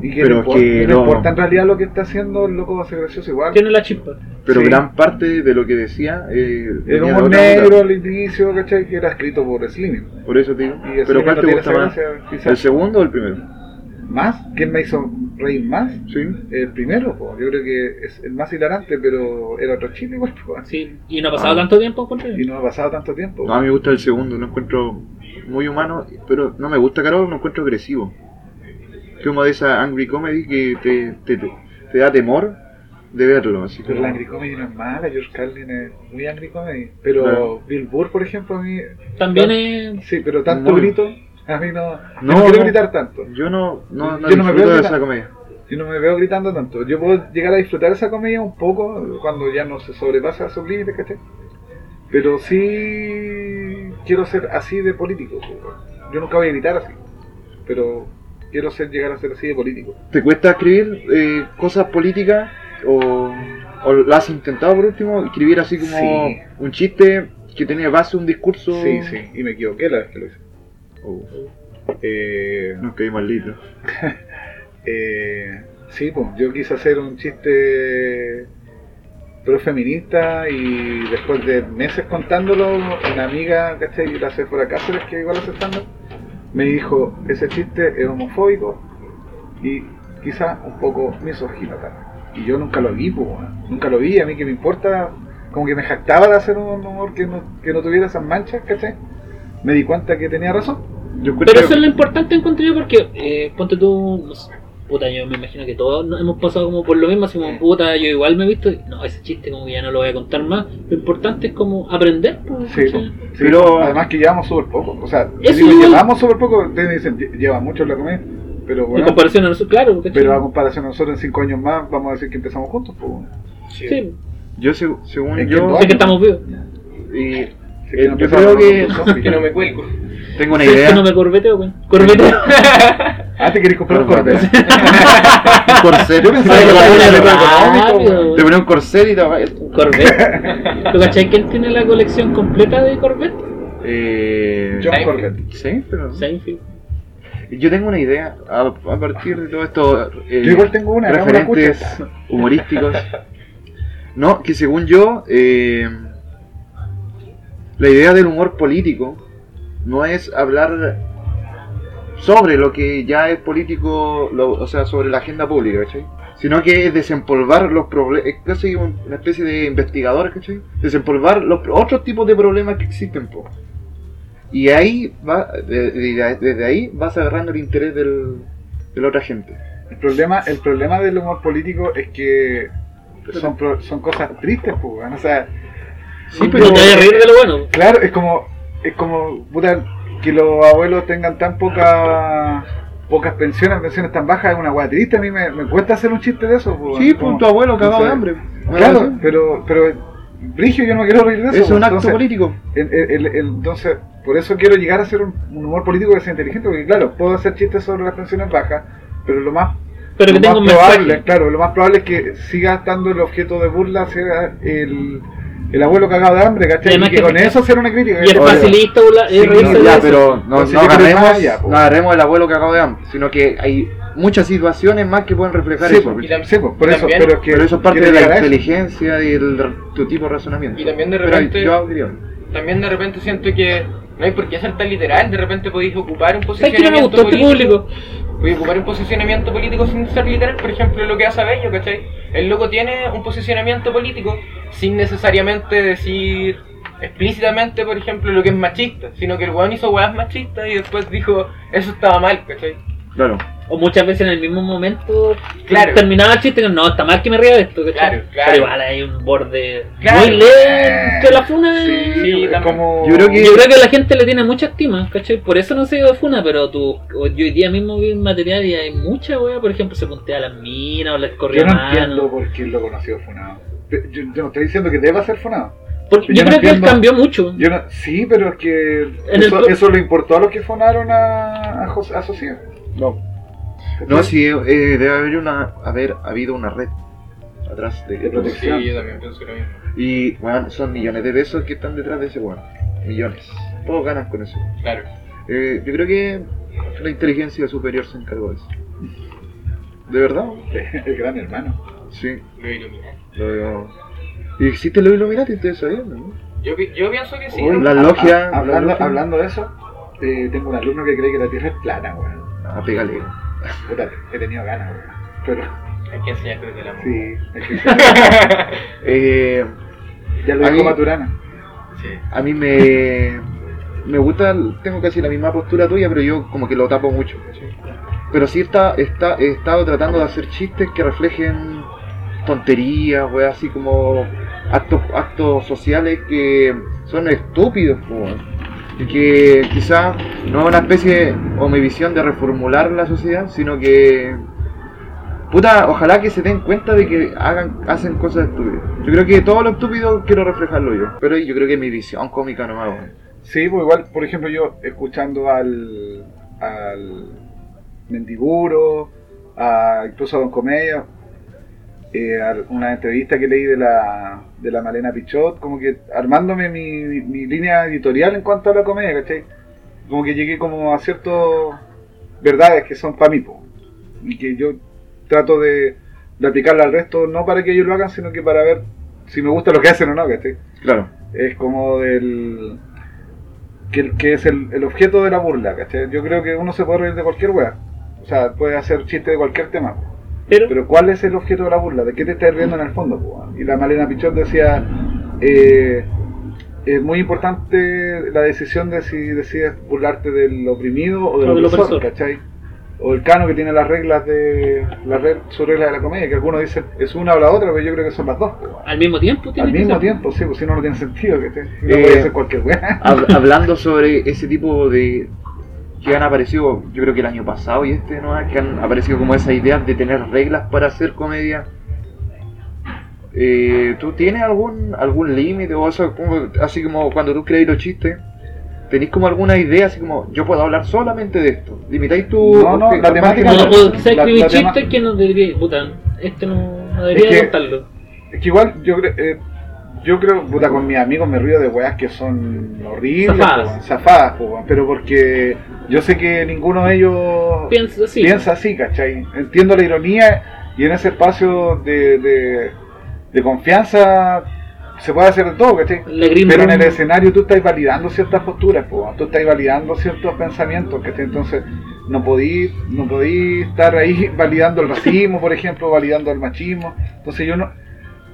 [SPEAKER 3] Y que
[SPEAKER 2] pero
[SPEAKER 3] no
[SPEAKER 2] es
[SPEAKER 3] importa,
[SPEAKER 2] que
[SPEAKER 3] no
[SPEAKER 2] no-
[SPEAKER 3] importa en realidad lo que está haciendo, el loco va a ser gracioso igual.
[SPEAKER 1] Tiene la chispa.
[SPEAKER 2] Pero
[SPEAKER 3] Sí.
[SPEAKER 2] gran parte de lo que decía. Eh,
[SPEAKER 3] Era
[SPEAKER 2] venía de
[SPEAKER 3] un
[SPEAKER 2] otra
[SPEAKER 3] humor
[SPEAKER 2] onda.
[SPEAKER 3] negro al inicio, ¿cachai? Que era escrito por Slimming.
[SPEAKER 2] Por eso te digo.
[SPEAKER 3] Y así
[SPEAKER 2] Pero
[SPEAKER 3] que
[SPEAKER 2] ¿cuál
[SPEAKER 3] no
[SPEAKER 2] te
[SPEAKER 3] tiene
[SPEAKER 2] gusta
[SPEAKER 3] esa
[SPEAKER 2] más?
[SPEAKER 3] gracia, quizás.
[SPEAKER 2] ¿El segundo o el primero?
[SPEAKER 3] ¿Más? ¿Quién me hizo reír más?
[SPEAKER 2] Sí.
[SPEAKER 3] El primero, po. yo creo que es el más hilarante, pero era otro chile igual, po.
[SPEAKER 1] Sí. Y no ha pasado tanto tiempo, por
[SPEAKER 3] Ah. Y no ha pasado tanto tiempo.
[SPEAKER 2] No, a mí me gusta el segundo, lo encuentro muy humano, pero no me gusta Carol, lo encuentro agresivo. Que como de esa angry comedy que te, te, te- te da temor de verlo. Así
[SPEAKER 3] Pero
[SPEAKER 2] como-
[SPEAKER 3] la Angry Comedy no es mala, George Carlin es muy Angry Comedy. Pero
[SPEAKER 2] Claro.
[SPEAKER 3] Bill Burr, por ejemplo, a mí.
[SPEAKER 1] También
[SPEAKER 3] tan-
[SPEAKER 1] es...
[SPEAKER 3] Sí, pero tanto
[SPEAKER 2] Muy.
[SPEAKER 3] grito, a mí no. yo
[SPEAKER 2] No,
[SPEAKER 3] no quiero
[SPEAKER 2] no.
[SPEAKER 3] gritar tanto.
[SPEAKER 2] Yo no, no, no
[SPEAKER 3] Yo no me
[SPEAKER 2] disfruto
[SPEAKER 3] veo
[SPEAKER 2] de
[SPEAKER 3] ni
[SPEAKER 2] esa
[SPEAKER 3] la-
[SPEAKER 2] comedia.
[SPEAKER 3] Yo no me veo gritando tanto. Yo puedo llegar a disfrutar esa comedia un poco cuando ya no se sobrepasa esos límites, ¿cachai? Pero sí quiero ser así de político. po, weón. Yo nunca voy a gritar así. Pero Quiero ser, llegar a ser así de político.
[SPEAKER 2] ¿Te cuesta escribir eh, cosas políticas? ¿O, o lo has intentado por último? Escribir así como
[SPEAKER 3] Sí.
[SPEAKER 2] un chiste que tenía base un discurso.
[SPEAKER 3] Sí, sí, y me equivoqué la vez que lo hice.
[SPEAKER 2] Oh,
[SPEAKER 3] Eh,
[SPEAKER 2] nos caí maldito.
[SPEAKER 3] eh, sí, pues yo quise hacer un chiste pro feminista y después de meses contándolo, una amiga, ¿cachai? La Sephora Cáceres, que igual hace stand me dijo, ese chiste es homofóbico y quizá un poco misógino también. Y yo nunca lo vi, pues, weón. nunca lo vi, a mí que me importa, como que me jactaba de hacer un humor que no, que no tuviera esas manchas, ¿cachai? Me di cuenta que tenía razón.
[SPEAKER 2] Yo
[SPEAKER 1] Pero
[SPEAKER 2] encuentro-
[SPEAKER 1] eso es lo importante encuentro yo porque, eh, ponte tú, no sé, puta, yo me imagino que todos nos hemos pasado como por lo mismo, así como, puta, yo igual me he visto, y, no, ese chiste como que ya no lo voy a contar más, lo importante es como aprender, pues,
[SPEAKER 3] Sí,
[SPEAKER 1] ¿cachai?
[SPEAKER 3] sí,
[SPEAKER 2] Pero-
[SPEAKER 3] además que llevamos súper poco. O sea, yo
[SPEAKER 1] Eso
[SPEAKER 3] digo,
[SPEAKER 1] igual.
[SPEAKER 3] llevamos súper poco, ustedes me dicen, "Lle- lleva mucho en la comedia, pero
[SPEAKER 1] en
[SPEAKER 3] bueno,
[SPEAKER 1] comparación a nosotros, claro, ¿cachai?
[SPEAKER 3] pero a comparación a nosotros en cinco años más, vamos a decir que empezamos juntos. Pues, bueno.
[SPEAKER 1] sí,
[SPEAKER 4] Sí.
[SPEAKER 2] Yo, se- según
[SPEAKER 3] Es que
[SPEAKER 2] yo,
[SPEAKER 3] no-
[SPEAKER 1] sé que estamos vivos,
[SPEAKER 2] y
[SPEAKER 3] Si es
[SPEAKER 2] Eh,
[SPEAKER 3] no
[SPEAKER 2] yo
[SPEAKER 3] empezamos
[SPEAKER 2] creo que-
[SPEAKER 3] juntos, zombies.
[SPEAKER 4] Que no me cuelgo.
[SPEAKER 2] tengo una
[SPEAKER 1] Sí, es
[SPEAKER 2] idea.
[SPEAKER 1] que no me corbeteo, güey, corbeteo,
[SPEAKER 3] Ah, te querés comprar un
[SPEAKER 2] Perdón.
[SPEAKER 3] corte.
[SPEAKER 2] Un corset. Yo
[SPEAKER 1] Ay,
[SPEAKER 2] que la
[SPEAKER 1] la
[SPEAKER 2] tenía
[SPEAKER 1] buena
[SPEAKER 2] económico,
[SPEAKER 1] rápido,
[SPEAKER 2] weón.
[SPEAKER 1] weón.
[SPEAKER 2] Te ponía un corset y te
[SPEAKER 1] Corvette, ¿tú cachai que él tiene la colección completa de Corvette?
[SPEAKER 2] Eh,
[SPEAKER 3] John Corbett.
[SPEAKER 2] Sí, pero.
[SPEAKER 1] Seinfeld.
[SPEAKER 2] Yo tengo una idea a, a partir de todo esto. eh,
[SPEAKER 3] Yo igual tengo una, hagamos una cucha.
[SPEAKER 2] referentes humorísticos. No, que según yo, eh, la idea del humor político no es hablar sobre lo que ya es político, lo- o sea, sobre la agenda pública, ¿cachai? Sino que es desempolvar los problemas, es casi un- una especie de investigador, ¿cachai? Desempolvar los pro- otros tipos de problemas que existen, po. Y ahí va, de- de- desde ahí vas agarrando el interés del, de la otra gente.
[SPEAKER 3] El problema, el problema del humor político es que son, pro- son cosas tristes, pues, bueno, o sea,
[SPEAKER 2] Sí,
[SPEAKER 1] No te vayas a reír de lo bueno,
[SPEAKER 3] Claro, es como, es como, puta, que los abuelos tengan tan poca, pocas pensiones, pensiones tan bajas, es una weá triste, a mí me, me cuesta hacer un chiste de eso. po,
[SPEAKER 2] Sí,
[SPEAKER 3] como-
[SPEAKER 2] pues tu abuelo cagado
[SPEAKER 3] no
[SPEAKER 2] de
[SPEAKER 3] sé.
[SPEAKER 2] hambre. pues,
[SPEAKER 3] Claro, pero, pero, Brigio, yo no me quiero reír de eso.
[SPEAKER 2] es
[SPEAKER 3] po,
[SPEAKER 2] un acto
[SPEAKER 3] entonces,
[SPEAKER 2] político.
[SPEAKER 3] el- el- el- el- entonces, por eso quiero llegar a hacer un, un humor político que sea inteligente, porque claro, puedo hacer chistes sobre las pensiones bajas, pero lo más
[SPEAKER 1] pero que
[SPEAKER 3] lo
[SPEAKER 1] tengo un
[SPEAKER 3] más probable,
[SPEAKER 1] mensaje.
[SPEAKER 3] claro, lo más probable es que siga estando el objeto de burla, sea el, el abuelo cagado de hambre,
[SPEAKER 1] Y
[SPEAKER 3] ¿cachai? Y,
[SPEAKER 1] además
[SPEAKER 3] que
[SPEAKER 1] que-
[SPEAKER 3] con eso hacer una crítica.
[SPEAKER 1] Y es
[SPEAKER 2] Oye.
[SPEAKER 1] facilista vola- es
[SPEAKER 3] Sí,
[SPEAKER 1] reírse
[SPEAKER 3] no,
[SPEAKER 1] de
[SPEAKER 2] ya,
[SPEAKER 1] eso.
[SPEAKER 2] pero no,
[SPEAKER 3] Entonces
[SPEAKER 2] no
[SPEAKER 3] yo creo que
[SPEAKER 2] agarremos,
[SPEAKER 3] vaya, po.
[SPEAKER 2] no agarremos el abuelo cagado de hambre, sino que hay muchas situaciones más que pueden reflejar
[SPEAKER 3] Sí,
[SPEAKER 2] eso.
[SPEAKER 3] pues,
[SPEAKER 4] Y tam-
[SPEAKER 3] sí, pues, por
[SPEAKER 4] y
[SPEAKER 3] eso,
[SPEAKER 4] también-
[SPEAKER 3] pero es que
[SPEAKER 2] Pero eso es parte de
[SPEAKER 3] quiero
[SPEAKER 2] la
[SPEAKER 3] llegar a eso.
[SPEAKER 2] inteligencia y el, tu tipo de razonamiento.
[SPEAKER 4] Y también de
[SPEAKER 2] Pero
[SPEAKER 4] repente-
[SPEAKER 2] yo diría-
[SPEAKER 4] También de repente siento que no hay por qué ser tan literal. De repente podéis ocupar un
[SPEAKER 1] ¿Sabes que no me
[SPEAKER 4] posicionamiento
[SPEAKER 1] gustó este
[SPEAKER 4] político.
[SPEAKER 1] público?
[SPEAKER 4] Voy a ocupar un posicionamiento político sin ser literal, por ejemplo, lo que hace Bello, ¿cachai? El loco tiene un posicionamiento político sin necesariamente decir explícitamente, por ejemplo, lo que es machista, sino que el weón hizo weas machistas y después dijo, eso estaba mal, ¿cachai?
[SPEAKER 2] Claro.
[SPEAKER 1] O muchas veces en el mismo momento
[SPEAKER 4] Claro.
[SPEAKER 1] terminaba el chiste con no, está mal que me ría de esto, ¿cachai?
[SPEAKER 4] Claro, claro.
[SPEAKER 1] Pero igual hay un borde
[SPEAKER 4] Claro.
[SPEAKER 1] muy leve de la funa.
[SPEAKER 3] Sí,
[SPEAKER 4] Sí,
[SPEAKER 3] es
[SPEAKER 4] también.
[SPEAKER 3] como...
[SPEAKER 2] Yo creo que-
[SPEAKER 1] Yo creo que la gente le tiene mucha estima, ¿cachai? Por eso no se dio funa, pero tú, o- yo hoy día mismo vi material y hay mucha wea, por ejemplo, se puntea a las minas o les corría
[SPEAKER 3] Yo no entiendo
[SPEAKER 1] mano.
[SPEAKER 3] por qué lo conoció funado. Yo, yo no estoy diciendo que deba ser funado.
[SPEAKER 1] Porque
[SPEAKER 3] yo
[SPEAKER 1] yo
[SPEAKER 3] no
[SPEAKER 1] creo que él
[SPEAKER 3] entiendo.
[SPEAKER 1] cambió mucho.
[SPEAKER 3] Yo no- sí, pero es que
[SPEAKER 1] el
[SPEAKER 3] eso,
[SPEAKER 1] pro-
[SPEAKER 3] eso le importó a los que funaron a, a, José, a Socia.
[SPEAKER 2] No, no sí, eh, debe haber, una, haber habido una red atrás de,
[SPEAKER 3] De protección.
[SPEAKER 4] Sí, yo también pienso lo mismo.
[SPEAKER 2] Y bueno, son millones de pesos que están detrás de ese bueno. Millones. Todos ganan con eso.
[SPEAKER 4] Claro.
[SPEAKER 2] Eh, yo creo que la inteligencia superior se encargó de eso. ¿De verdad?
[SPEAKER 3] El gran hermano.
[SPEAKER 2] Sí,
[SPEAKER 4] Lo iluminé.
[SPEAKER 2] lo veo. ¿Y existen los Illuminati? Ustedes sabían, ¿no?
[SPEAKER 4] Yo, pi- yo pienso que sí.
[SPEAKER 3] Uy,
[SPEAKER 4] ¿no?
[SPEAKER 2] la
[SPEAKER 3] ha-
[SPEAKER 2] logia-
[SPEAKER 3] ha-
[SPEAKER 2] la
[SPEAKER 3] hablando,
[SPEAKER 2] logia.
[SPEAKER 3] hablando de eso, eh, tengo un alumno que cree que la Tierra es plana, weón.
[SPEAKER 2] Ah, pégale.
[SPEAKER 3] Puta, he tenido ganas, weón. Pero
[SPEAKER 4] Hay que enseñarte desde el amor.
[SPEAKER 3] sí, es que
[SPEAKER 2] Eh,
[SPEAKER 3] ya lo
[SPEAKER 2] A
[SPEAKER 3] dijo
[SPEAKER 2] mí-
[SPEAKER 3] Maturana.
[SPEAKER 4] Sí.
[SPEAKER 2] a mí me. Me gusta, tengo casi la misma postura tuya, pero yo como que lo tapo mucho. ¿cachai? Pero sí está, está, he estado tratando de hacer chistes que reflejen tonterías, weas, así como actos, actos sociales que son estúpidos, po, weón. Y que quizás no es una especie o mi visión de reformular la sociedad, sino que puta, ojalá que se den cuenta de que hagan, hacen cosas estúpidas. Yo creo que todo lo estúpido quiero reflejarlo yo, pero yo creo que es mi visión cómica nomás, weón.
[SPEAKER 3] Sí, pues igual, por ejemplo, yo escuchando al, al Mendiguro, a, incluso a Don Comedia. Eh, al- una entrevista que leí de la, de la Malena Pichot, como que armándome mi, mi- mi línea editorial en cuanto a la comedia, ¿cachai? Como que llegué como a ciertas verdades que son para mí, po, y que yo trato de, de aplicarla al resto, no para que ellos lo hagan, sino que para ver si me gusta lo que hacen o no, ¿cachai?
[SPEAKER 2] Claro.
[SPEAKER 3] es como del que, que es el, el objeto de la burla, ¿cachai? Yo creo que uno se puede reír de cualquier wea. O sea, puede hacer chiste de cualquier tema.
[SPEAKER 1] Pero,
[SPEAKER 3] Pero ¿cuál es el objeto de la burla? ¿De qué te estás riendo en el fondo? po, weón? Y la Malena Pichot decía, eh, es muy importante la decisión de si decides burlarte del oprimido o del,
[SPEAKER 1] O del
[SPEAKER 3] opresor,
[SPEAKER 1] opresor.
[SPEAKER 3] ¿cachai? O el cano que tiene las reglas de la red, su regla de la comedia, que algunos dicen es una o la otra, pero yo creo que son las dos. po, weón.
[SPEAKER 1] al mismo tiempo tiene
[SPEAKER 3] Al
[SPEAKER 1] que
[SPEAKER 3] mismo
[SPEAKER 1] ser.
[SPEAKER 3] tiempo, sí, pues si no, no tiene sentido, ¿cachai? No
[SPEAKER 2] Eh,
[SPEAKER 3] puede ser cualquier wea.
[SPEAKER 2] Hab- hablando sobre ese tipo de que han aparecido, yo creo que el año pasado y este, ¿no? Que han aparecido como esas ideas de tener reglas para hacer comedia. Eh, ¿Tú tienes algún algún límite o eso? como- así como cuando tú crees los chistes, ¿tenés como alguna idea así como yo puedo hablar solamente de esto? ¿Limitáis tu
[SPEAKER 3] No, no,
[SPEAKER 2] tu-
[SPEAKER 3] la
[SPEAKER 2] tu
[SPEAKER 3] temática
[SPEAKER 2] margen?
[SPEAKER 1] No, puedo quizá
[SPEAKER 3] La-
[SPEAKER 1] escribir
[SPEAKER 3] la tema-
[SPEAKER 1] chistes que no debería. Puta, este no, no debería
[SPEAKER 3] Es que-
[SPEAKER 1] contarlo.
[SPEAKER 3] Es que igual yo creo, eh, yo creo, puta, con mis amigos me río de weas que son horribles,
[SPEAKER 1] Zafadas.
[SPEAKER 3] po, weón, zafadas, po, weón, pero porque yo sé que ninguno de ellos
[SPEAKER 1] Pienso así.
[SPEAKER 3] piensa así, ¿cachai? Entiendo la ironía y en ese espacio de, de, de confianza se puede hacer de todo, ¿cachai?
[SPEAKER 1] La Green
[SPEAKER 3] Pero en
[SPEAKER 1] Room.
[SPEAKER 3] el escenario tú estás validando ciertas posturas, po, tú estás validando ciertos pensamientos, ¿cachai? Entonces no podí, no podí estar ahí validando el racismo, por ejemplo, validando el machismo. Entonces yo no...